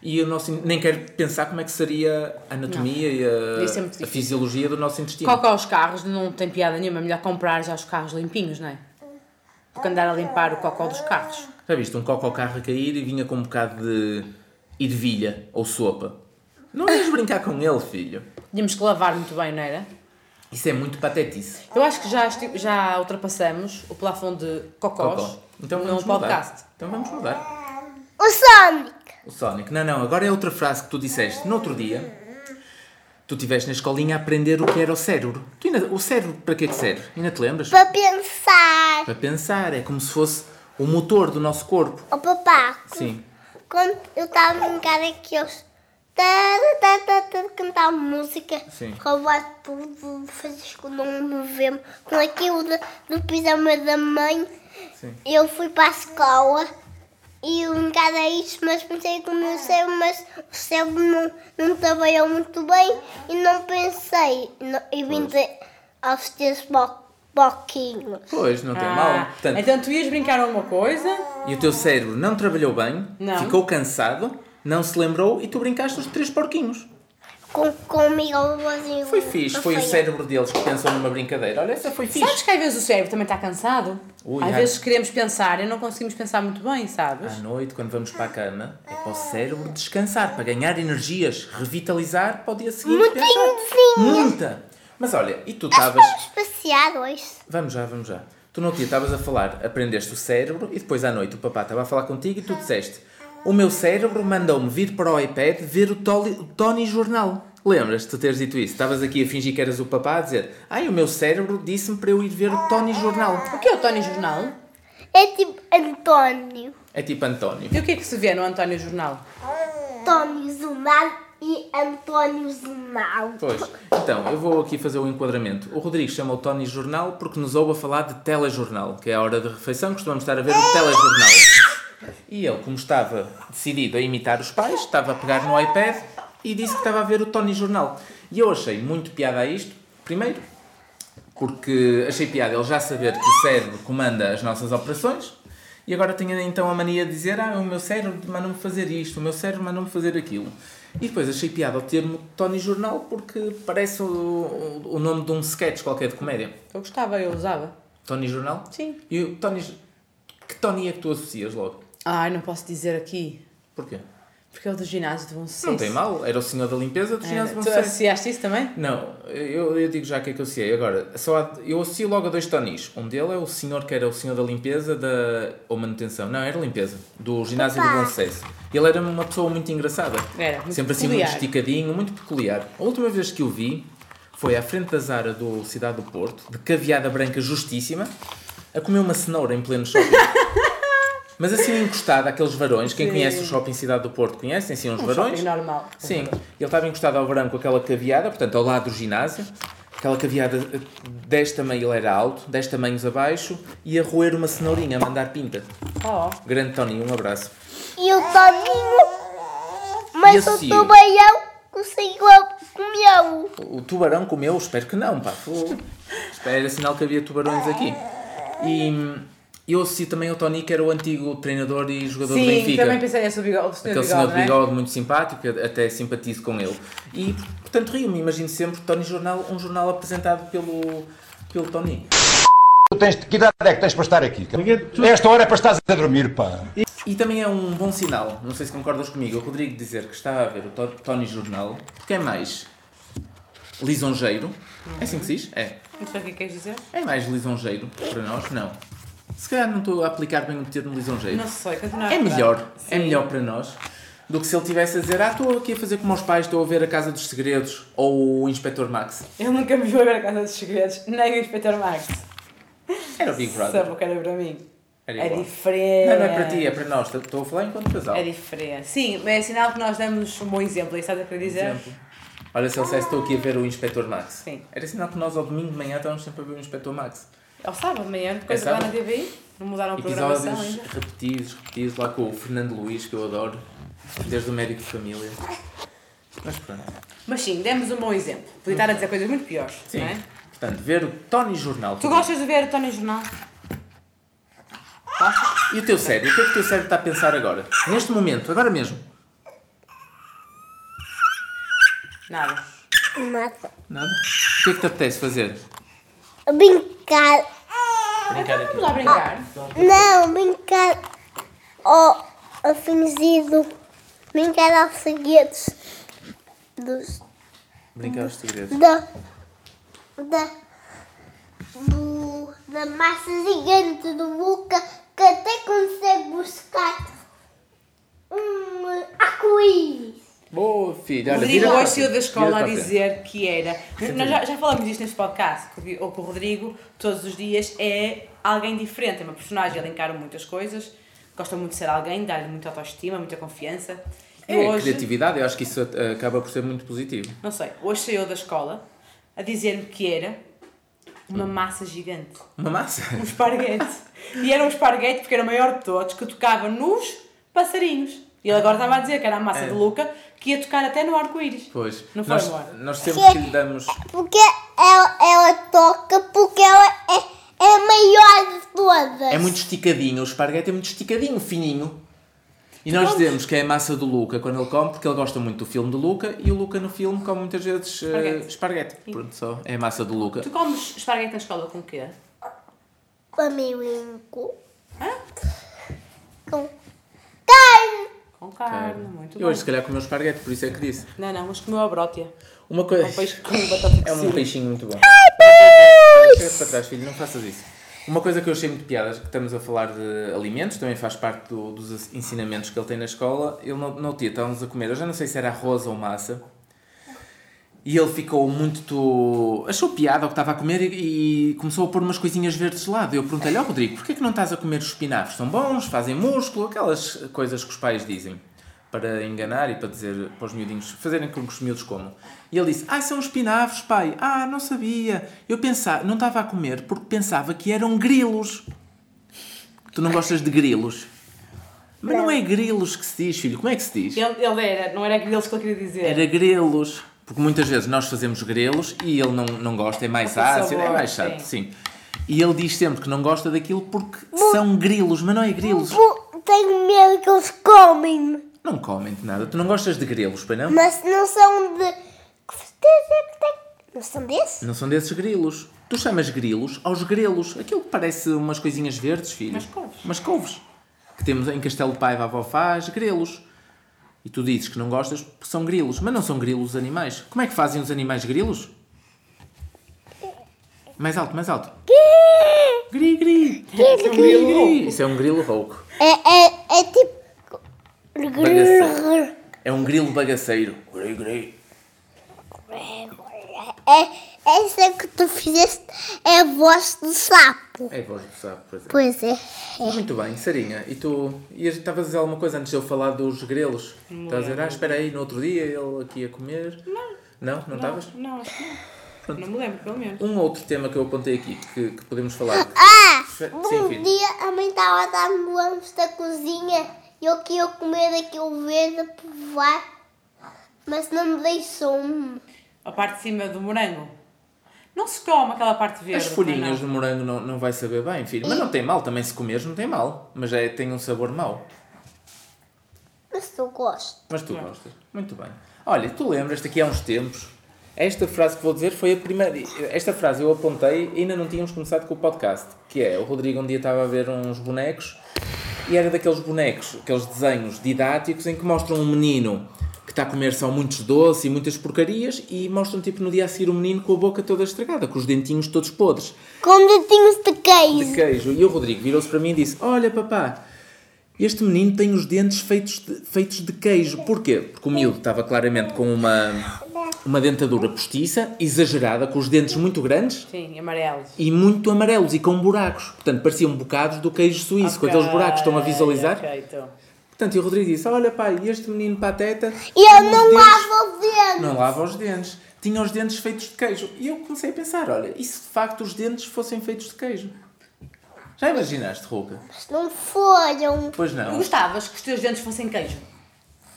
[SPEAKER 3] E o nosso, in- nem quero pensar como é que seria a anatomia
[SPEAKER 2] Ia ser é muito
[SPEAKER 3] e
[SPEAKER 2] difícil.
[SPEAKER 3] a, a fisiologia do nosso intestino.
[SPEAKER 2] Cocó aos carros não tem piada nenhuma. É melhor comprar já os carros limpinhos, não é? Do que andar a limpar o cocó dos carros.
[SPEAKER 3] Já viste um coco ao carro a cair e vinha com um bocado de ervilha ou sopa? Não ias brincar com ele, filho.
[SPEAKER 2] Tínhamos que lavar muito bem, não era?
[SPEAKER 3] Isso é muito patetice.
[SPEAKER 2] Eu acho que já, esti- já ultrapassamos o plafond de cocós
[SPEAKER 3] Cocó. Então
[SPEAKER 2] no
[SPEAKER 3] vamos
[SPEAKER 2] podcast.
[SPEAKER 3] mudar. Então vamos mudar.
[SPEAKER 1] O Sonic.
[SPEAKER 3] O Sonic, não, não, agora é outra frase que tu disseste no outro dia. Tu estiveste na escolinha a aprender o que era o cérebro. Tu ainda- o cérebro para que é que serve? Ainda te lembras?
[SPEAKER 1] Para pensar.
[SPEAKER 3] Para pensar, é como se fosse o motor do nosso corpo.
[SPEAKER 1] Ô papá.
[SPEAKER 3] Sim.
[SPEAKER 1] Quando eu estava a brincar aqui, eu tara, tara, tara, tara, cantava música,
[SPEAKER 3] Sim.
[SPEAKER 1] roubar tudo, fazer que não movemos. Com aquilo é do, do pijama da mãe,
[SPEAKER 3] Sim.
[SPEAKER 1] eu fui para a escola e brincar a isso, mas pensei que o meu cérebro, mas o cérebro não, não trabalhou muito bem e não pensei. Não- e vim dizer aos teus bo- boquinhos.
[SPEAKER 3] Pois, não tem
[SPEAKER 2] Ah,
[SPEAKER 3] mal. Portanto,
[SPEAKER 2] então tu ias brincar alguma coisa?
[SPEAKER 3] E o teu cérebro não trabalhou bem,
[SPEAKER 2] Não.
[SPEAKER 3] ficou cansado, não se lembrou e tu brincaste os três porquinhos.
[SPEAKER 1] Com, comigo, o vozinho.
[SPEAKER 3] Foi fixe, foi o cérebro deles que pensou numa brincadeira. Olha, essa foi fixe.
[SPEAKER 2] Sabes que às vezes o cérebro também está cansado?
[SPEAKER 3] Ui,
[SPEAKER 2] às
[SPEAKER 3] ai.
[SPEAKER 2] vezes queremos pensar e não conseguimos pensar muito bem, sabes?
[SPEAKER 3] À noite, quando vamos para a cama, é para o cérebro descansar, para ganhar energias, revitalizar para o dia seguinte.
[SPEAKER 1] Muita
[SPEAKER 3] pensar.
[SPEAKER 1] energia.
[SPEAKER 3] Muita! Mas olha, e tu estavas.
[SPEAKER 1] Especial hoje.
[SPEAKER 3] Vamos já, vamos já. Tu Tu no outro dia estavas a falar, aprendeste o cérebro e depois à noite o papá estava a falar contigo e tu disseste: O meu cérebro mandou-me vir para o iPad ver o, Toli, o Tony Jornal. Lembras-te de teres dito isso? Estavas aqui a fingir que eras o papá a dizer: Ai, o meu cérebro disse-me para eu ir ver o Tony Jornal.
[SPEAKER 2] O que é o António Jornal?
[SPEAKER 1] É tipo António.
[SPEAKER 3] É tipo António.
[SPEAKER 2] E o que é que se vê no António Jornal?
[SPEAKER 1] António Zumal e António Zumal.
[SPEAKER 3] Pois. Então, eu vou aqui fazer o enquadramento. O Rodrigo chama o Tony Jornal porque nos ouve a falar de telejornal, que é a hora da refeição, costumamos estar a ver o telejornal. E ele, como estava decidido a imitar os pais, estava a pegar no iPad e disse que estava a ver o Tony Jornal. E eu achei muito piada a isto, primeiro, porque achei piada ele já saber que o cérebro comanda as nossas operações e agora tenho então a mania de dizer ah, o meu cérebro manda-me fazer isto, o meu cérebro manda-me fazer aquilo. E depois achei piada ao termo Tony Jornal porque parece o, o, o nome de um sketch qualquer de comédia.
[SPEAKER 2] Eu gostava, eu usava.
[SPEAKER 3] Tony Jornal?
[SPEAKER 2] Sim.
[SPEAKER 3] E o Tony... Que Tony é que tu associas logo?
[SPEAKER 2] Ai, não posso dizer aqui.
[SPEAKER 3] Porquê?
[SPEAKER 2] Porque é o do ginásio de bom sucesso.
[SPEAKER 3] Não tem mal, era o senhor da limpeza um do ginásio de
[SPEAKER 2] Era.
[SPEAKER 3] bom
[SPEAKER 2] Tu
[SPEAKER 3] sucesso.
[SPEAKER 2] associaste isso também?
[SPEAKER 3] Não, eu, eu digo já o que é que eu associei. Agora, só há- eu associo logo a dois Tonys. Um dele é o senhor que era o senhor da limpeza da, ou manutenção. Não, era limpeza. Do ginásio do
[SPEAKER 1] Papá.
[SPEAKER 3] Bom Sucesso. Ele era uma pessoa muito engraçada.
[SPEAKER 2] Era, muito
[SPEAKER 3] Sempre assim,
[SPEAKER 2] peculiar.
[SPEAKER 3] muito esticadinho, muito peculiar. A última vez que o vi foi à frente da Zara do Cidade do Porto, de caveada branca justíssima, a comer uma cenoura em pleno shopping. Mas assim encostada àqueles varões, quem
[SPEAKER 2] Sim.
[SPEAKER 3] conhece o shopping Cidade do Porto conhece, assim uns
[SPEAKER 2] Um
[SPEAKER 3] varões.
[SPEAKER 2] shopping normal.
[SPEAKER 3] Sim, ele estava encostado ao verão com aquela caveada, portanto, ao lado do ginásio. Aquela caveada eh, deste tamanho, ele era alto, 10 tamanhos abaixo, e a roer uma cenourinha, a mandar pinta.
[SPEAKER 2] Oh,
[SPEAKER 3] Grande Tony, um abraço.
[SPEAKER 1] E o Toninho, mas
[SPEAKER 3] E
[SPEAKER 1] o
[SPEAKER 3] assim, ó.
[SPEAKER 1] tubarão conseguiu comê-lo.
[SPEAKER 3] O tubarão comeu? Espero que não, pá. Fô. Era sinal que havia tubarões aqui. E hum, eu associo também ao Tony, que era o antigo treinador e jogador do
[SPEAKER 2] Sim,
[SPEAKER 3] Benfica.
[SPEAKER 2] também pensei nesse bigode, o senhor
[SPEAKER 3] Aquele
[SPEAKER 2] bigode,
[SPEAKER 3] senhor de
[SPEAKER 2] não é?
[SPEAKER 3] bigode muito simpático, eu até simpatizo com ele. E, portanto, rio-me. Imagino sempre Tony Jornal, um jornal apresentado pelo, pelo Tony.
[SPEAKER 4] Tu tens de que idade é que tens para estar aqui? cara? Esta hora é para estás a dormir, pá.
[SPEAKER 3] E também é um bom sinal, não sei se concordas comigo, o Rodrigo dizer que está a ver o To- Tony Jornal, porque é mais lisonjeiro. É assim que se diz? É.
[SPEAKER 2] Não sei o que é que queres dizer.
[SPEAKER 3] É mais lisonjeiro para nós? Não. Se calhar não estou a aplicar bem o termo lisonjeiro.
[SPEAKER 2] Não sei, continua.
[SPEAKER 3] É
[SPEAKER 2] a falar.
[SPEAKER 3] melhor, é melhor para nós do que se ele tivesse a dizer: Ah, estou aqui a fazer como aos pais, estou a ver a Casa dos Segredos ou o Inspector Max.
[SPEAKER 2] Ele nunca me viu a ver a Casa dos Segredos, nem o Inspector Max.
[SPEAKER 3] Era o Big
[SPEAKER 2] Sabe
[SPEAKER 3] Brother.
[SPEAKER 2] o que era para mim?
[SPEAKER 3] Era
[SPEAKER 2] É
[SPEAKER 3] igual.
[SPEAKER 2] diferente.
[SPEAKER 3] Não, não é para ti, é para nós. Estou a falar enquanto casal.
[SPEAKER 2] É diferente. Sim, mas é sinal que nós damos um bom exemplo, é isso que eu queria dizer?
[SPEAKER 3] exemplo. Olha, se ele dissesse, estou aqui a ver o Inspector Max.
[SPEAKER 2] Sim.
[SPEAKER 3] Era sinal que nós ao domingo de manhã estávamos sempre a ver o Inspector Max.
[SPEAKER 2] Ao sábado de manhã,
[SPEAKER 3] É
[SPEAKER 2] depois agora na
[SPEAKER 3] sábado?
[SPEAKER 2] TV, não mudaram a programação
[SPEAKER 3] Episódios
[SPEAKER 2] ainda.
[SPEAKER 3] repetidos, repetidos, lá com o Fernando Luís, que eu adoro, desde o Médico de Família. Mas pronto.
[SPEAKER 2] Mas sim, demos um bom exemplo. Podia estar a dizer coisas muito piores,
[SPEAKER 3] Sim.
[SPEAKER 2] não é?
[SPEAKER 3] Portanto, ver o Tony Jornal.
[SPEAKER 2] Tu gostas de ver o Tony Jornal?
[SPEAKER 3] E o teu cérebro? O que é que o teu cérebro está a pensar agora? Neste momento, agora mesmo.
[SPEAKER 2] Nada.
[SPEAKER 1] Nada.
[SPEAKER 3] Nada. O que é que te apetece fazer?
[SPEAKER 1] Brincar.
[SPEAKER 3] Brincar aqui.
[SPEAKER 2] Vamos lá brincar.
[SPEAKER 3] Ah.
[SPEAKER 1] Não, brincar ao, ao fingido. Brincar aos segredos dos,
[SPEAKER 3] Brincar aos segredos.
[SPEAKER 1] da, da, do- da massa gigante do Luca que até consegue buscar um arco-íris.
[SPEAKER 3] Boa, filha. Olha,
[SPEAKER 2] Rodrigo
[SPEAKER 3] vira para
[SPEAKER 2] hoje
[SPEAKER 3] a
[SPEAKER 2] saiu da
[SPEAKER 3] frente.
[SPEAKER 2] escola
[SPEAKER 3] Vira
[SPEAKER 2] a
[SPEAKER 3] para a frente.
[SPEAKER 2] dizer que era. Nós já, já falamos disto neste podcast, que o Di- ou que o Rodrigo, todos os dias, é alguém diferente, é uma personagem, ele encara muitas coisas, gosta muito de ser alguém, dá-lhe muita autoestima, muita confiança. E
[SPEAKER 3] É,
[SPEAKER 2] hoje,
[SPEAKER 3] criatividade, eu acho que isso eh, acaba por ser muito positivo.
[SPEAKER 2] não sei, hoje saiu da escola a dizer-me que era uma massa gigante,
[SPEAKER 3] Uma massa.
[SPEAKER 2] um esparguete. e era um esparguete porque era o maior de todos, que tocava nos passarinhos. E ele agora estava a dizer que era a massa de Luca, que ia tocar até no arco-íris.
[SPEAKER 3] É. Pois.
[SPEAKER 2] Não foi,
[SPEAKER 3] nós,
[SPEAKER 2] amor?
[SPEAKER 3] nós sempre que lhe damos.
[SPEAKER 1] Porque ela, ela toca, porque ela é, é a maior de todas.
[SPEAKER 3] É muito esticadinho, o esparguete é muito esticadinho, fininho. E nós dizemos que é a massa do Luca quando ele come, porque ele gosta muito do filme do Luca e o Luca no filme come muitas vezes eh,
[SPEAKER 2] Esparguete.
[SPEAKER 3] esparguete. Pronto, só. É a massa do Luca.
[SPEAKER 2] Tu comes esparguete na escola com o quê?
[SPEAKER 1] Flamengo.
[SPEAKER 2] Hã?
[SPEAKER 1] Com carne.
[SPEAKER 2] Com carne, muito
[SPEAKER 3] Eh, Eu
[SPEAKER 2] bom.
[SPEAKER 3] hoje, se calhar, comeu esparguete, por isso é que disse.
[SPEAKER 2] Não, não, mas comeu a brótia.
[SPEAKER 3] Uma coisa.
[SPEAKER 2] Um peixe com batata
[SPEAKER 3] É um
[SPEAKER 2] cozida.
[SPEAKER 3] peixinho muito bom. Chega-te para trás, filho, não faças isso. Uma coisa que eu achei muito piada, que estamos a falar de alimentos, também faz parte do- dos ensinamentos que ele tem na escola. Ele não, não tinha, estávamos a comer, eu já não sei se era arroz ou massa. E ele ficou muito. achou piada o que estava a comer e, e começou a pôr umas coisinhas verdes de lado. Eu perguntei-lhe, ó Rodrigo, porquê que não estás a comer os espinafres? São bons, fazem músculo, aquelas coisas que os pais dizem para enganar e para dizer para os miudinhos, fazerem com que os miúdos comam. E ele disse: Ah, são espinafres, pai. Ah, não sabia. Eu pensava, não estava a comer porque pensava que eram grilos. Tu não gostas de grilos? Mas não é grilos que se diz, filho. Como é que se diz?
[SPEAKER 5] Ele, ele era, não era aqueles que ele queria dizer.
[SPEAKER 3] Era grelos. Porque muitas vezes nós fazemos grelos e ele não, não gosta, é mais
[SPEAKER 5] Outro
[SPEAKER 3] ácido, é
[SPEAKER 5] sabor,
[SPEAKER 3] mais chato, sim.
[SPEAKER 5] sim.
[SPEAKER 3] E ele diz sempre que não gosta daquilo porque são grilos, mas não é grilos.
[SPEAKER 1] Pô, Tenho medo que eles comem-me.
[SPEAKER 3] Não comem de nada. Tu não gostas de grelos, pai não?
[SPEAKER 1] Mas não são de. Com certeza é que tem. Não são desses?
[SPEAKER 3] Não são desses grilos. Tu chamas grilos aos grelos. Aquilo que parece umas coisinhas verdes, filho. Mas
[SPEAKER 5] couves.
[SPEAKER 3] Mas couves. Que temos em Castelo de Paiva, a avó faz grelos. E tu dizes que não gostas porque são grilos. Mas não são grilos os animais. Como é que fazem os animais grilos? Mais alto, mais alto. Gri, gri. Isso é um grilo rouco. Isso é um grilo rouco.
[SPEAKER 1] É, é, é tipo.
[SPEAKER 3] Bagaceiro. É um grilo bagaceiro. Gri, gri.
[SPEAKER 1] É, essa que tu fizeste é a voz do sapo.
[SPEAKER 3] É a voz do sapo, por exemplo.
[SPEAKER 1] Pois é.
[SPEAKER 3] Oh, Muito bem, Sarinha. E tu ias- estavas a dizer alguma coisa antes de eu falar dos grelos? Estavas a dizer, ah, espera aí, no outro dia ele aqui a comer. Não. Não? Não estavas?
[SPEAKER 5] Não, acho que não. Não me lembro, pelo menos.
[SPEAKER 3] Um outro tema que eu apontei aqui que, que podemos falar.
[SPEAKER 1] Ah!
[SPEAKER 3] Fe-
[SPEAKER 1] Bom
[SPEAKER 3] filho.
[SPEAKER 1] dia, a mãe estava a dar-me lanche da cozinha e eu queria comer é daquele verde a provar, mas não me deixou-me.
[SPEAKER 5] A parte de cima do morango. Não se come aquela parte verde.
[SPEAKER 3] As folhinhas
[SPEAKER 5] não.
[SPEAKER 3] do morango não, não vai saber bem, filho. Mas não tem mal, também se comeres não tem mal. Mas é, tem um sabor mau.
[SPEAKER 1] Mas eu gosto.
[SPEAKER 3] Mas tu gostas. Muito bem. Olha, tu lembras-te aqui há uns tempos, esta frase que vou dizer foi a primeira. Esta frase eu apontei e ainda não tínhamos começado com o podcast. Que é: o Rodrigo um dia estava a ver uns bonecos e era daqueles bonecos, aqueles desenhos didáticos em que mostram um menino que está a comer só muitos doces e muitas porcarias e mostram tipo no dia a seguir o menino com a boca toda estragada, com os dentinhos todos podres
[SPEAKER 1] Com dentinhos de
[SPEAKER 3] de
[SPEAKER 1] queijo.
[SPEAKER 3] queijo. E o Rodrigo virou-se para mim e disse: Olha, papá, este menino tem os dentes feitos de, feitos de queijo. Porquê? Porque o miúdo estava claramente com uma, uma dentadura postiça, exagerada, com os dentes muito grandes
[SPEAKER 5] Sim, amarelos.
[SPEAKER 3] e muito amarelos e com buracos. Portanto, pareciam bocados do queijo suíço, com aqueles buracos. Estão a visualizar?
[SPEAKER 5] Ok, então.
[SPEAKER 3] Portanto, e o Rodrigo disse: Olha, pai, este menino pateta.
[SPEAKER 1] E eu
[SPEAKER 3] tem os
[SPEAKER 1] não
[SPEAKER 3] dentes-
[SPEAKER 1] lavo o dedo.
[SPEAKER 3] não lava os dentes. Tinha os dentes feitos de queijo. E eu comecei a pensar, olha, e se de facto os dentes fossem feitos de queijo? Já imaginaste, Ruca?
[SPEAKER 1] Mas não foram.
[SPEAKER 3] Pois não.
[SPEAKER 5] Gostavas que os teus dentes fossem queijo?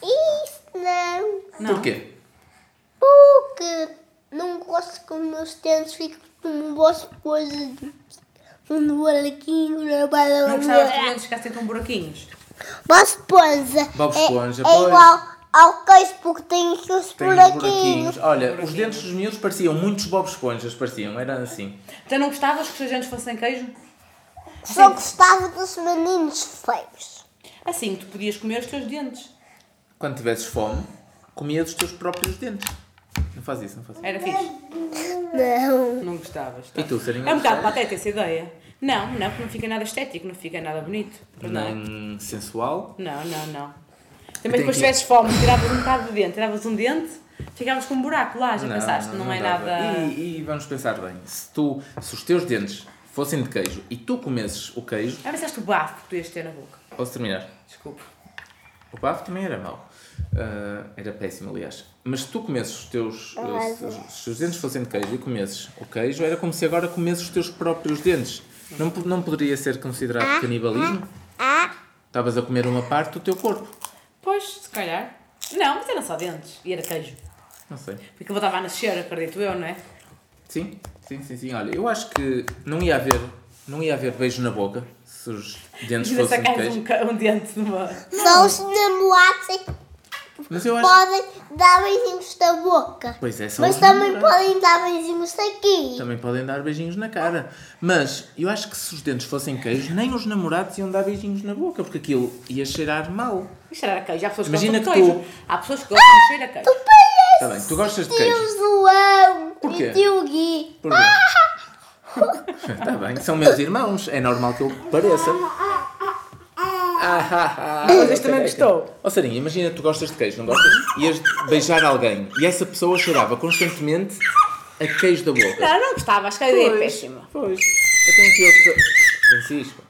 [SPEAKER 1] Isso não.
[SPEAKER 3] Porquê?
[SPEAKER 1] Porque não gosto que os meus dentes fiquem com um boas coisas. Um buraquinho é na
[SPEAKER 5] Não gostavas que os
[SPEAKER 1] barriga.
[SPEAKER 5] dentes ficassem com buraquinhos?
[SPEAKER 1] Bob Esponja.
[SPEAKER 3] Bob Esponja,
[SPEAKER 1] é,
[SPEAKER 3] pois.
[SPEAKER 1] é igual ao queijo porque tem aqui os
[SPEAKER 3] Tem uns buraquinhos.
[SPEAKER 1] buraquinhos.
[SPEAKER 3] Olha, os dentes dos miúdos pareciam muitos Bob Esponjas, pareciam, era assim.
[SPEAKER 5] Então não gostavas que os teus dentes fossem queijo?
[SPEAKER 1] Só gostava dos meninos feios.
[SPEAKER 5] Assim, tu podias comer os teus dentes.
[SPEAKER 3] Quando tivesses fome, comias os teus próprios dentes. Não faz isso, não faz isso.
[SPEAKER 5] Era fixe.
[SPEAKER 1] Não.
[SPEAKER 5] Não gostavas. tá?
[SPEAKER 3] E tu, Sarinha?
[SPEAKER 5] É um bocado pateta essa ideia. Não, não, porque não fica nada estético, não fica nada bonito. Pois não.
[SPEAKER 3] Nem Hum, sensual.
[SPEAKER 5] Não, não, não. Também
[SPEAKER 3] Eu tenho
[SPEAKER 5] depois
[SPEAKER 3] que-
[SPEAKER 5] tivesses fome, tiravas um bocado de dente, tiravas um dente, ficavas com um buraco lá, já pensaste, não, é
[SPEAKER 3] dava.
[SPEAKER 5] nada.
[SPEAKER 3] E, e vamos pensar bem, se tu, se os teus dentes fossem de queijo e tu comesses o queijo,
[SPEAKER 5] Já Ah, pensaste o bafo que tu ias ter na boca?
[SPEAKER 3] posso terminar?
[SPEAKER 5] Desculpa.
[SPEAKER 3] O bafo também era mau. Ah, era péssimo, aliás. Mas se tu comesses os teus. ah, se, os teus dentes fossem de queijo e comesses o queijo, era como se agora comesses os teus próprios dentes. Não, po- não poderia ser considerado canibalismo? Estavas a comer uma parte do teu corpo.
[SPEAKER 5] Pois, se calhar. Não, mas eram só dentes e era queijo.
[SPEAKER 3] Não sei.
[SPEAKER 5] Porque eu estava a nascer, acredito eu, não é?
[SPEAKER 3] Sim, sim, sim, sim. Olha, eu acho que não ia haver, não ia haver beijo na boca se os dentes
[SPEAKER 5] E ainda
[SPEAKER 3] fossem de
[SPEAKER 5] sacares um,
[SPEAKER 3] queijo.
[SPEAKER 5] ca- um dente numa.
[SPEAKER 1] Só os namorados é que
[SPEAKER 3] Mas eu acho.
[SPEAKER 1] podem dar beijinhos da boca.
[SPEAKER 3] Pois é, são
[SPEAKER 1] Mas
[SPEAKER 3] os
[SPEAKER 1] também
[SPEAKER 3] namorados.
[SPEAKER 1] podem dar beijinhos aqui.
[SPEAKER 3] Também podem dar beijinhos na cara. Mas eu acho que se os dentes fossem queijo, nem os namorados iam dar beijinhos na boca, porque aquilo ia cheirar mal.
[SPEAKER 5] Isto era queijo. Há pessoas que
[SPEAKER 3] Imagina
[SPEAKER 5] gostam
[SPEAKER 3] que
[SPEAKER 5] de
[SPEAKER 3] tu-
[SPEAKER 5] queijo. Há pessoas que gostam de cheiro a queijo.
[SPEAKER 3] Está bem, tu Tá gostas de
[SPEAKER 1] é Tio
[SPEAKER 3] queijo?
[SPEAKER 1] João
[SPEAKER 3] Porquê?
[SPEAKER 1] e tio Gui.
[SPEAKER 3] Porquê? Está Tá bem, são meus irmãos, é normal que eu pareça. Ah, ah, ah,
[SPEAKER 5] Mas este também
[SPEAKER 3] careca.
[SPEAKER 5] gostou.
[SPEAKER 3] Ó Sarinha, imagina tu gostas de queijo, não gostas? Ias beijar alguém e essa pessoa cheirava constantemente a queijo da boca.
[SPEAKER 5] Não, não gostava, acho que a ideia é
[SPEAKER 3] Pois,
[SPEAKER 5] péssima.
[SPEAKER 3] Pois. Eu tenho aqui outro. Francisco.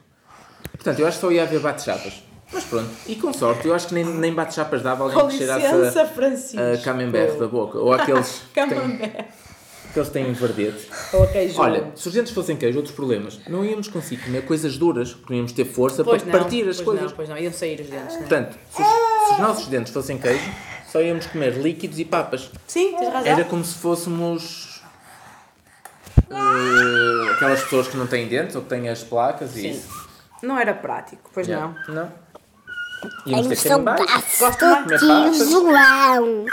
[SPEAKER 3] Portanto, eu acho que só ia haver bate-chapas. Mas pronto, e com sorte, eu acho que nem, nem bate-chapas dava alguém
[SPEAKER 5] Com
[SPEAKER 3] que cheirasse
[SPEAKER 5] licença,
[SPEAKER 3] a,
[SPEAKER 5] Francisco.
[SPEAKER 3] a camembert da boca. Ou aqueles que têm,
[SPEAKER 5] Camembert.
[SPEAKER 3] aqueles que têm verdete.
[SPEAKER 5] Ou a queijo.
[SPEAKER 3] Olha, se os dentes fossem queijo, outros problemas. Não íamos conseguir comer coisas duras, porque não íamos ter força
[SPEAKER 5] pois
[SPEAKER 3] para
[SPEAKER 5] não,
[SPEAKER 3] partir as
[SPEAKER 5] pois
[SPEAKER 3] coisas.
[SPEAKER 5] Não, pois não, iam sair os dentes, não é?
[SPEAKER 3] Portanto, se os, se os nossos dentes fossem queijo, só íamos comer líquidos e papas.
[SPEAKER 5] Sim, tens razão.
[SPEAKER 3] Era como se fôssemos. eh, aquelas pessoas que não têm dentes ou que têm as placas e
[SPEAKER 5] Sim.
[SPEAKER 3] isso.
[SPEAKER 5] Não era prático, pois
[SPEAKER 3] Yeah.
[SPEAKER 5] não.
[SPEAKER 3] Não? Íamos ter
[SPEAKER 1] Tenho
[SPEAKER 3] que ter embaixo.
[SPEAKER 1] saudades
[SPEAKER 5] Gosto muito
[SPEAKER 1] do
[SPEAKER 3] de
[SPEAKER 1] tio
[SPEAKER 3] papas.
[SPEAKER 1] João.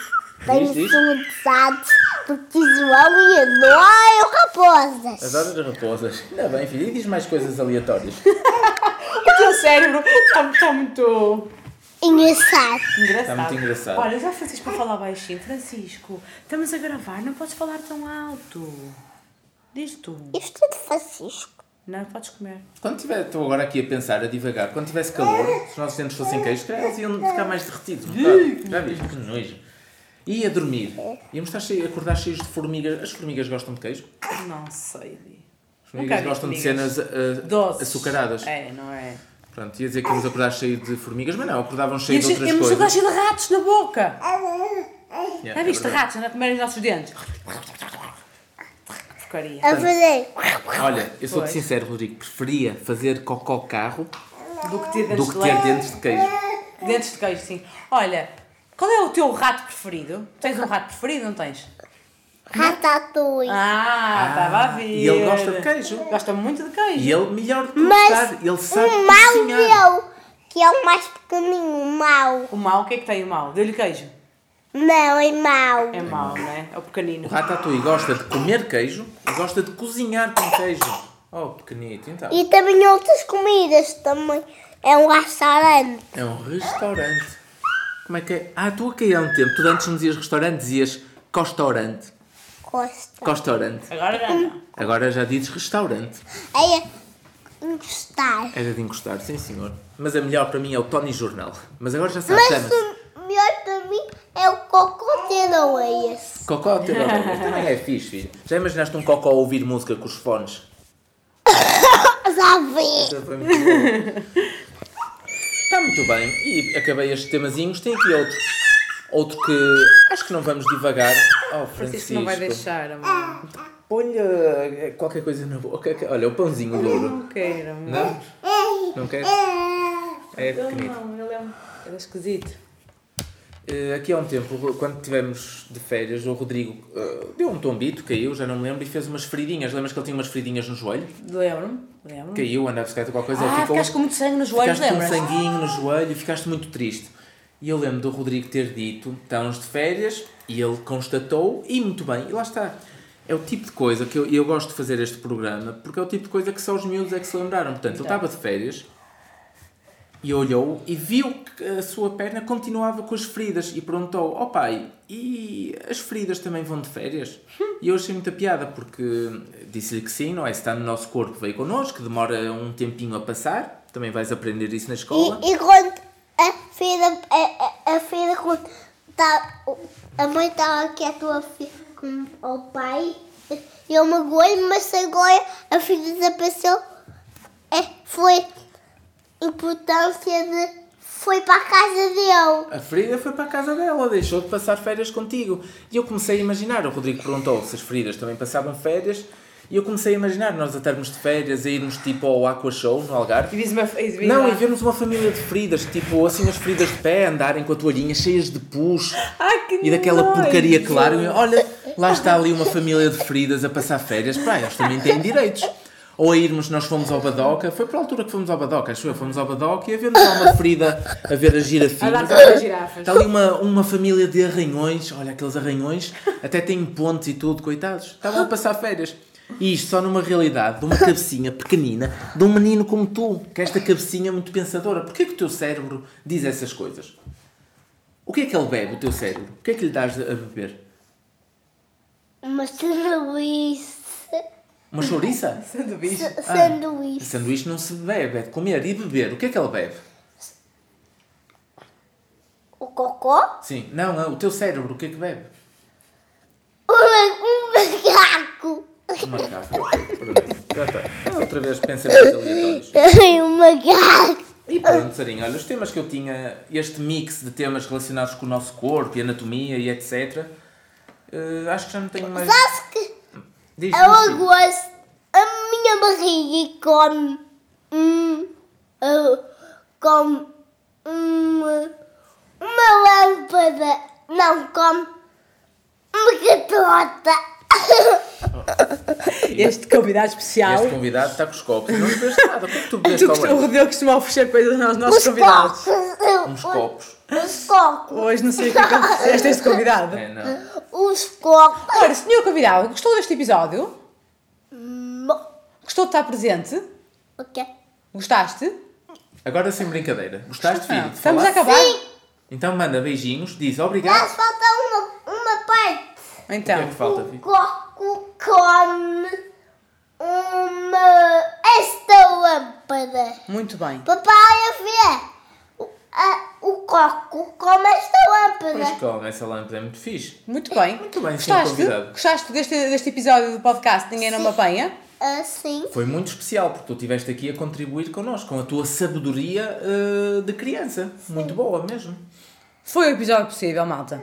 [SPEAKER 3] Diz, diz.
[SPEAKER 1] Tenho saudades do tio João e adoro raposas.
[SPEAKER 3] Adoro as raposas. Ainda bem, filho. E diz mais coisas aleatórias.
[SPEAKER 5] O teu cérebro está está Tá, muito
[SPEAKER 1] Engraçado.
[SPEAKER 5] engraçado.
[SPEAKER 3] Está Tá muito engraçado.
[SPEAKER 5] Olha, já Francisco para falar baixinho. Francisco, estamos a gravar, não podes falar tão alto. Diz tu.
[SPEAKER 1] Isto é de Francisco.
[SPEAKER 5] Não podes comer.
[SPEAKER 3] Quando tiver, estou agora aqui a pensar, a divagar, quando tivesse calor, se os nossos dentes fossem queijos, calhar eles iam ficar mais derretidos. um bocado. Já viste? Que nojo. E a dormir? Íamos estar cheio, acordar cheios de formigas. As formigas gostam de queijo?
[SPEAKER 5] Não sei. Di.
[SPEAKER 3] As
[SPEAKER 5] Nunca
[SPEAKER 3] formigas
[SPEAKER 5] vi
[SPEAKER 3] gostam de
[SPEAKER 5] formigas.
[SPEAKER 3] cenas ah,
[SPEAKER 5] Doces.
[SPEAKER 3] açucaradas.
[SPEAKER 5] É, não é?
[SPEAKER 3] Pronto, ia dizer que íamos acordar cheio de formigas, mas não, acordavam cheio
[SPEAKER 5] Temos
[SPEAKER 3] de
[SPEAKER 5] cheio-
[SPEAKER 3] outras
[SPEAKER 5] temos um
[SPEAKER 3] coisas.
[SPEAKER 5] cheio de ratos na boca.
[SPEAKER 3] Yeah,
[SPEAKER 5] Já
[SPEAKER 3] é
[SPEAKER 5] viste
[SPEAKER 3] verdade.
[SPEAKER 5] ratos a comer os nossos dentes? Porcaria.
[SPEAKER 1] A fazer.
[SPEAKER 3] Olha, eu sou-te
[SPEAKER 5] Pois.
[SPEAKER 3] sincero, Rodrigo, preferia fazer cocó carro
[SPEAKER 5] Do que ter dentes
[SPEAKER 3] do
[SPEAKER 5] de
[SPEAKER 3] que ter
[SPEAKER 5] leite.
[SPEAKER 3] dentes de queijo.
[SPEAKER 5] Dentes de queijo, sim. Olha, qual é o teu rato preferido? Tens um rato preferido, não tens?
[SPEAKER 1] Ratatouille.
[SPEAKER 5] Ah, estava a ver.
[SPEAKER 3] e ele gosta de queijo.
[SPEAKER 5] Gosta muito de queijo.
[SPEAKER 3] E ele, melhor do que
[SPEAKER 1] Mas
[SPEAKER 3] gostar, ele sabe
[SPEAKER 5] um
[SPEAKER 1] O Um mau
[SPEAKER 3] cozinhar.
[SPEAKER 1] deu, que é o mais pequenino, o mau.
[SPEAKER 5] O mau, o que é que tem o mau? Deu-lhe queijo.
[SPEAKER 1] Não, é mau.
[SPEAKER 5] É mau, não é? É o pequenino.
[SPEAKER 3] O Ratatouille gosta de comer queijo e gosta de cozinhar com queijo. Oh, pequenito, então.
[SPEAKER 1] E também outras comidas também. É um restaurante.
[SPEAKER 3] É um restaurante. Como é que é? Ah, tu aqui há um tempo, tu antes não dizias restaurante, dizias costaurante.
[SPEAKER 1] Costa.
[SPEAKER 3] Costaurante.
[SPEAKER 5] Agora já não.
[SPEAKER 3] Agora já dizes restaurante.
[SPEAKER 1] É encostar.
[SPEAKER 3] Era de encostar, sim senhor. Mas a melhor para mim é o Tony Jornal. Mas agora já sabes,
[SPEAKER 1] Mas
[SPEAKER 3] chama-se
[SPEAKER 1] o melhor para mim é o cocô de aroeias.
[SPEAKER 3] Cocó Terol. Também é fixe, filho. Já imaginaste um Cocó a ouvir música com os fones? Então
[SPEAKER 1] Já vi.
[SPEAKER 3] Foi muito bom. Está muito bem. E acabei estes temazinhos. Tem aqui outro. Outro que acho que não vamos divagar. Oh,
[SPEAKER 5] Francisco
[SPEAKER 3] Francisco.
[SPEAKER 5] não vai deixar, amor.
[SPEAKER 3] Põe-lhe eh, qualquer coisa na boca. Olha, o pãozinho duro.
[SPEAKER 5] Não queira, amor.
[SPEAKER 3] Não? Não quer? É
[SPEAKER 5] Ele
[SPEAKER 3] pequenito.
[SPEAKER 5] não, ele é um... Ele é esquisito.
[SPEAKER 3] Eh, Aqui há um tempo, quando tivemos de férias, o Rodrigo eh, deu um tombito, caiu, já não me lembro, e fez umas feridinhas. Lembras que ele tinha umas feridinhas no joelho?
[SPEAKER 5] Lembro-me, lembro-me.
[SPEAKER 3] Caiu, andava a bicicleta, qualquer coisa. ele
[SPEAKER 5] Ah,
[SPEAKER 3] é ficou-
[SPEAKER 5] ficaste com muito sangue nos joelhos,
[SPEAKER 3] ficaste com
[SPEAKER 5] lembras?
[SPEAKER 3] um sanguinho no joelho, ficaste muito triste. E eu lembro do Rodrigo ter dito, estamos de férias, e ele constatou, e muito bem, e lá está. É o tipo de coisa que eu, eu gosto de fazer este programa, porque é o tipo de coisa que só os miúdos é que se lembraram. Portanto, ele estava de férias, e olhou e viu que a sua perna continuava com as feridas e perguntou: Ó pai, e as feridas também vão de férias? E eu achei muita piada porque disse-lhe que sim, não é? Se está no nosso corpo, veio connosco, demora um tempinho a passar, também vais aprender isso na escola.
[SPEAKER 1] E, e quando a filha, a, a, a filha quando tá, a mãe estava aqui a tua filha com o pai, eu magoei, mas agora a filha desapareceu. É, foi importância de. Foi para a casa dele.
[SPEAKER 3] A ferida foi para a casa dela, deixou de passar férias contigo. E eu comecei a imaginar, o Rodrigo perguntou se as feridas também passavam férias, e eu comecei a imaginar nós a estarmos de férias, a irmos tipo ao Aqua Show no Algarve.
[SPEAKER 5] E diz uma diz
[SPEAKER 3] Não, e vermos uma família de feridas, tipo assim as feridas de pé andarem com a toalhinha cheias de pus
[SPEAKER 5] Ai, que
[SPEAKER 3] e daquela
[SPEAKER 5] nojo.
[SPEAKER 3] porcaria claro. Olha, lá está ali uma família de feridas a passar férias. Pá, eles também têm direitos. Ou a irmos, nós fomos ao Badoca, foi para a altura que fomos ao Badoca, acho eu, fomos ao Badoca e a vermos lá uma ferida, a ver as
[SPEAKER 5] A
[SPEAKER 3] girafinhas.
[SPEAKER 5] dar com as girafas.
[SPEAKER 3] Está ali uma, uma família de arranhões, olha aqueles arranhões, até têm pontes e tudo, coitados. Estavam a passar férias. E isto só numa realidade de uma cabecinha pequenina de um menino como tu, que é esta cabecinha muito pensadora. Porquê que o teu cérebro diz essas coisas? O que é que ele bebe, o teu cérebro? O que é que lhe dás a beber?
[SPEAKER 1] Mas tudo isso.
[SPEAKER 3] Uma chouriça?
[SPEAKER 2] Sanduíche.
[SPEAKER 1] S-
[SPEAKER 3] O
[SPEAKER 1] Sanduíche.
[SPEAKER 3] sanduíche não se bebe, é de comer e beber. O que é que ele bebe?
[SPEAKER 1] O cocô?
[SPEAKER 3] Sim, não, é o teu cérebro, o que é que bebe?
[SPEAKER 1] Um, um macaco.
[SPEAKER 3] Um macaco. Pronto, já está. Outra vez pensamentos aleatórios.
[SPEAKER 1] Um macaco.
[SPEAKER 3] E pronto, Sarinha, olha, os temas que eu tinha, este mix de temas relacionados com o nosso corpo e anatomia e etc. eh, acho que já não tenho mais.
[SPEAKER 1] Sabes que
[SPEAKER 3] Diz,
[SPEAKER 2] é
[SPEAKER 1] eu
[SPEAKER 3] diz, diz.
[SPEAKER 1] gosto a minha barriga e come um, eu come um, uma lâmpada. Não, come uma catota.
[SPEAKER 2] Este convidado especial.
[SPEAKER 3] Este convidado está com os copos. Não bebeste nada, por que tu é? bebeste
[SPEAKER 2] Tu
[SPEAKER 3] ao
[SPEAKER 2] costumas, o
[SPEAKER 3] leite?
[SPEAKER 2] Rodeu costuma oferecer coisas aos nossos
[SPEAKER 1] Os
[SPEAKER 2] convidados.
[SPEAKER 1] cocos.
[SPEAKER 3] Uns copos.
[SPEAKER 1] Os cocos.
[SPEAKER 2] Hoje não sei o que é que aconteceste a este convidado.
[SPEAKER 3] É, não.
[SPEAKER 1] Os cocos.
[SPEAKER 2] Ora, senhor convidado, gostou deste episódio? Gostou de estar presente?
[SPEAKER 1] Ok.
[SPEAKER 2] Gostaste?
[SPEAKER 3] Agora sem brincadeira. Gostaste, filho? de
[SPEAKER 2] Ah, Estamos a
[SPEAKER 3] falar?
[SPEAKER 2] acabar?
[SPEAKER 1] Sim,
[SPEAKER 3] Então manda beijinhos, diz
[SPEAKER 1] mas
[SPEAKER 3] obrigado.
[SPEAKER 1] falta uma, uma parte.
[SPEAKER 3] O
[SPEAKER 2] Então,
[SPEAKER 3] que é que falta, filho?
[SPEAKER 1] O Um coco come uma. esta lâmpada.
[SPEAKER 2] muito bem.
[SPEAKER 1] Papai, a ver. O, a- o coco come esta
[SPEAKER 3] Pois
[SPEAKER 1] lâmpada.
[SPEAKER 3] come, essa lâmpada é muito fixe.
[SPEAKER 2] Muito bem.
[SPEAKER 3] Muito bem, senhor
[SPEAKER 2] Gostaste?
[SPEAKER 3] convidado.
[SPEAKER 2] Gostaste deste, deste episódio do podcast Ninguém Não Me Apanha?
[SPEAKER 1] Assim.
[SPEAKER 3] Foi muito especial, porque tu estiveste aqui a contribuir connosco, com a tua sabedoria eh, de criança. Muito boa mesmo.
[SPEAKER 2] Foi o episódio possível, malta.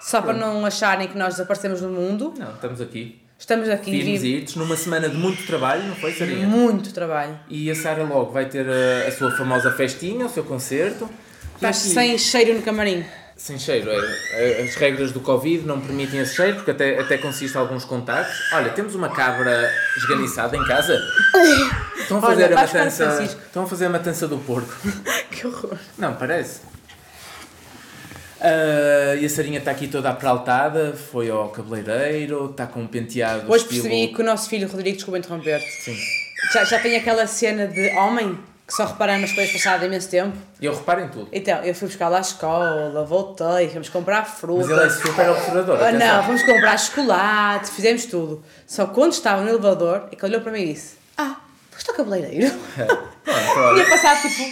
[SPEAKER 2] Só para não acharem que nós desaparecemos do mundo,
[SPEAKER 3] Não, estamos aqui.
[SPEAKER 2] estamos aqui
[SPEAKER 3] Firmes e
[SPEAKER 2] vivos.
[SPEAKER 3] irtos, numa semana de muito trabalho, não foi, Sarinha?
[SPEAKER 2] Muito trabalho.
[SPEAKER 3] E a Sara logo vai ter eh, a, a sua famosa festinha, o seu concerto. E
[SPEAKER 2] Estás
[SPEAKER 3] aqui-
[SPEAKER 2] sem cheiro no camarim.
[SPEAKER 3] Sem cheiro, é. As regras do Covid não permitem esse cheiro, porque até, até consiste alguns contactos. Olha, temos uma cabra esganiçada em casa. Estão a fazer
[SPEAKER 2] Olha,
[SPEAKER 3] a
[SPEAKER 2] vais para
[SPEAKER 3] matança.
[SPEAKER 2] Francisco.
[SPEAKER 3] Estão a fazer a matança do porco.
[SPEAKER 2] Que horror.
[SPEAKER 3] Não, parece. Ah, e a Sarinha está aqui toda apraltada, foi ao cabeleireiro, está com um penteado
[SPEAKER 2] Hoje
[SPEAKER 3] estilo-
[SPEAKER 2] percebi que o nosso filho Rodrigo, desculpa interromper-te,
[SPEAKER 3] Sim.
[SPEAKER 2] já, já tem aquela cena de homem que só reparamos nas coisas passadas há imenso tempo.
[SPEAKER 3] Eu reparo em tudo.
[SPEAKER 2] Então, eu fui buscar lá à escola, voltei, fomos comprar
[SPEAKER 3] Mas ele é
[SPEAKER 2] fruta.
[SPEAKER 3] super observador.
[SPEAKER 2] Ah,
[SPEAKER 3] atenção.
[SPEAKER 2] não, fomos comprar chocolate, fizemos tudo. Só que quando estava no elevador, é que olhou para mim e disse: Ah, foste ao cabeleireiro?
[SPEAKER 3] Pronto, olha.
[SPEAKER 2] Tinha passado tipo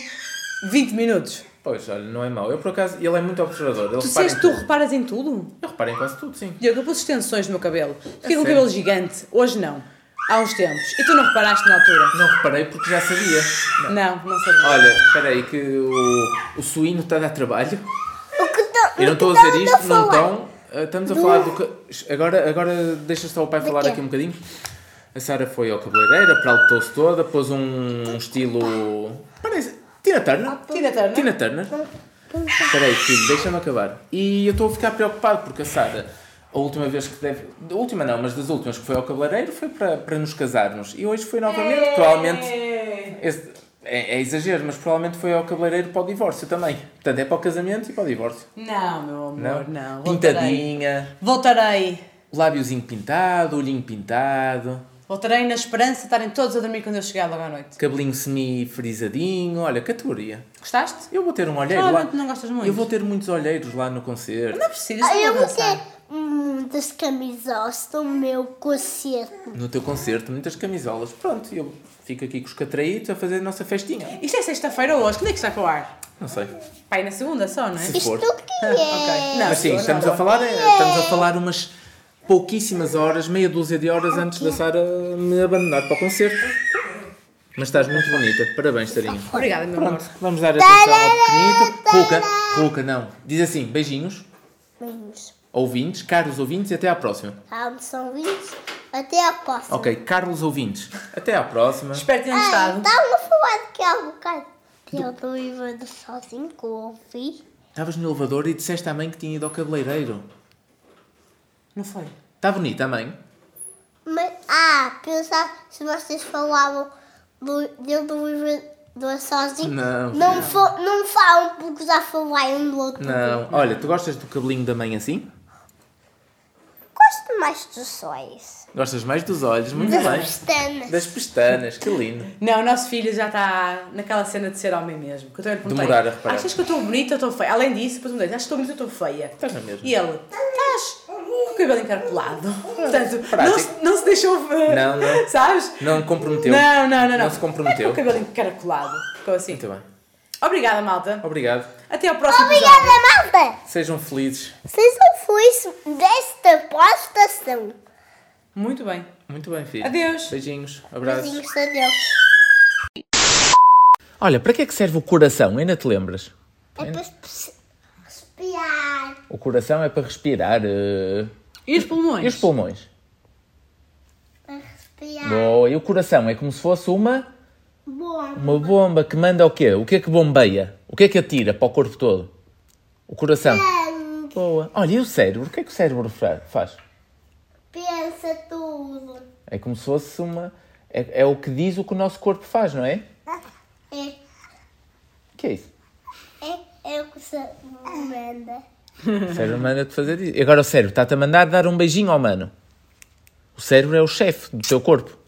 [SPEAKER 2] 20 minutos.
[SPEAKER 3] Pois, olha, É. não é mau. Eu, por acaso, ele é muito observador. Ele
[SPEAKER 2] Tu
[SPEAKER 3] repara em
[SPEAKER 2] disseste que tu
[SPEAKER 3] tudo.
[SPEAKER 2] reparas em tudo?
[SPEAKER 3] Eu reparo em quase tudo, sim.
[SPEAKER 2] Diogo, eu pus extensões no meu cabelo. Fiquei com o
[SPEAKER 3] É sério?
[SPEAKER 2] cabelo gigante. Hoje não. Há uns tempos. E tu não reparaste na altura?
[SPEAKER 3] Não reparei porque já sabia.
[SPEAKER 2] Não, não sabia.
[SPEAKER 3] Olha, espera aí, que o, o suíno está a dar trabalho.
[SPEAKER 1] O que tá-
[SPEAKER 3] Eu não
[SPEAKER 1] o que
[SPEAKER 3] estou a dizer
[SPEAKER 1] estamos
[SPEAKER 3] isto, não
[SPEAKER 1] falar?
[SPEAKER 3] estão. Ah, Estamos a falar do que. Agora, agora deixa só o pai falar
[SPEAKER 1] quê?
[SPEAKER 3] aqui um bocadinho. A Sara foi ao cabeleireiro, apraltou-se toda, pôs um estilo. Parece. Tina Turner.
[SPEAKER 2] Tina Turner.
[SPEAKER 3] Tina Turner. Espera aí, filho, deixa-me acabar. E eu estou a ficar preocupado porque a Sara, a última vez que deve. A última não, mas das últimas que foi ao cabeleireiro foi para, para nos casarmos. E hoje foi novamente,
[SPEAKER 2] É.
[SPEAKER 3] provavelmente. esse- é, é exagero, mas provavelmente foi ao cabeleireiro para o divórcio também. Portanto, é para o casamento e para o divórcio.
[SPEAKER 2] Não, meu amor, não. Voltarei.
[SPEAKER 3] Pintadinha,
[SPEAKER 2] Voltarei.
[SPEAKER 3] lábiozinho pintado, olhinho pintado,
[SPEAKER 2] Voltarei na esperança de estarem todos a dormir quando eu chegar logo à noite.
[SPEAKER 3] cabelinho semi-frisadinho, olha, categoria.
[SPEAKER 2] Gostaste?
[SPEAKER 3] Eu vou ter um olheiro lá.
[SPEAKER 2] Provavelmente não gostas muito.
[SPEAKER 3] Eu vou ter muitos olheiros lá no concerto.
[SPEAKER 2] Não precisas,
[SPEAKER 1] Ah,
[SPEAKER 2] eu
[SPEAKER 1] Eu
[SPEAKER 2] vou
[SPEAKER 1] vou
[SPEAKER 2] dançar.
[SPEAKER 1] ter muitas camisolas do meu concerto.
[SPEAKER 3] No teu concerto, muitas camisolas. Pronto, eu fico aqui com os catraítos a fazer a nossa festinha.
[SPEAKER 2] Isto é sexta-feira ou hoje? Quando é que está para o ar?
[SPEAKER 3] Não sei.
[SPEAKER 2] Pai, na segunda só, não é?
[SPEAKER 3] Se
[SPEAKER 1] Isto
[SPEAKER 3] for.
[SPEAKER 1] o que é?
[SPEAKER 2] Não,
[SPEAKER 3] Mas sim,
[SPEAKER 2] não,
[SPEAKER 3] estamos
[SPEAKER 2] não.
[SPEAKER 3] a falar, estamos a falar umas pouquíssimas horas, meia dúzia de
[SPEAKER 2] Ah,
[SPEAKER 3] horas antes da Sara me abandonar para o concerto. Mas estás muito bonita. Parabéns, Sarinha.
[SPEAKER 2] Obrigada, meu amor.
[SPEAKER 3] Pronto, vamos dar atenção ao pequenito. Ruca, Ruca, não. Diz assim, beijinhos,
[SPEAKER 1] Beijos.
[SPEAKER 3] ouvintes, caros ouvintes e até à próxima.
[SPEAKER 1] Tá, São vinhos. Até a próxima.
[SPEAKER 3] Ok, Carlos ouvintes, até à próxima.
[SPEAKER 2] Espero que tenham
[SPEAKER 1] Ah,
[SPEAKER 2] gostado.
[SPEAKER 1] então a falar de que há bocado. Que eu do livro do sozinho que eu ouvi.
[SPEAKER 3] Estavas no elevador e disseste à mãe que tinha ido ao cabeleireiro.
[SPEAKER 2] Não foi?
[SPEAKER 3] Está bonita a mãe?
[SPEAKER 1] Mas, ah, pensar se vocês falavam do, dele do livro do sozinho.
[SPEAKER 3] Não,
[SPEAKER 1] Não, fa- não falam porque já falaram do outro.
[SPEAKER 3] Não. Olha, tu gostas do cabelinho da mãe assim?
[SPEAKER 1] Gosto mais dos sóis.
[SPEAKER 3] Gostas mais dos olhos, muito
[SPEAKER 1] Das
[SPEAKER 3] bem.
[SPEAKER 1] pestanas.
[SPEAKER 3] Das pestanas, que lindo.
[SPEAKER 2] Não, o nosso filho já está naquela cena de ser homem mesmo. Que eu também lhe perguntei,
[SPEAKER 3] Demorar a reparar.
[SPEAKER 2] Achas que eu estou bonita ou estou feia? Além disso, depois me dizem, achas que estou bonita ou estou feia?
[SPEAKER 3] Estás na mesma.
[SPEAKER 2] E ele, estás. o cabelo encarpelado. Portanto, não
[SPEAKER 3] prático.
[SPEAKER 2] se, não se deixou ver.
[SPEAKER 3] Não, não.
[SPEAKER 2] Sabes?
[SPEAKER 3] Não comprometeu.
[SPEAKER 2] Não, não, não.
[SPEAKER 3] Não se comprometeu.
[SPEAKER 2] É com o cabelo encarpelado. Ficou assim.
[SPEAKER 3] Muito bem.
[SPEAKER 2] Obrigada, malta.
[SPEAKER 3] Obrigado.
[SPEAKER 2] Até ao próximo
[SPEAKER 1] Obrigada,
[SPEAKER 2] episódio.
[SPEAKER 1] malta!
[SPEAKER 3] Sejam felizes.
[SPEAKER 1] Vocês não foi desta postação.
[SPEAKER 2] Muito bem.
[SPEAKER 3] Muito bem, filho.
[SPEAKER 2] Adeus.
[SPEAKER 3] Beijinhos. Abraços.
[SPEAKER 1] Beijinhos, adeus.
[SPEAKER 3] Olha, para que é que serve o coração? Ainda te lembras?
[SPEAKER 1] É para espe- respirar.
[SPEAKER 3] O coração é para respirar. eh,
[SPEAKER 2] E os pulmões?
[SPEAKER 3] E os pulmões?
[SPEAKER 1] Para respirar.
[SPEAKER 3] Boa. E o coração é como se fosse uma,
[SPEAKER 1] Bom.
[SPEAKER 3] uma bomba que manda o quê? O que é que bombeia? O que é que atira para o corpo todo? O coração.
[SPEAKER 1] Bem,
[SPEAKER 3] Boa. Olha, e o cérebro? O que é que o cérebro fa- faz?
[SPEAKER 1] Pensa tudo.
[SPEAKER 3] É como se fosse uma. É, é o que diz o que o nosso corpo faz, não é?
[SPEAKER 1] É,
[SPEAKER 3] O que é isso?
[SPEAKER 1] é, é o que se manda.
[SPEAKER 3] O cérebro manda-te fazer isso. E agora o cérebro está-te a mandar dar um beijinho ao mano. O cérebro é o chefe do teu corpo.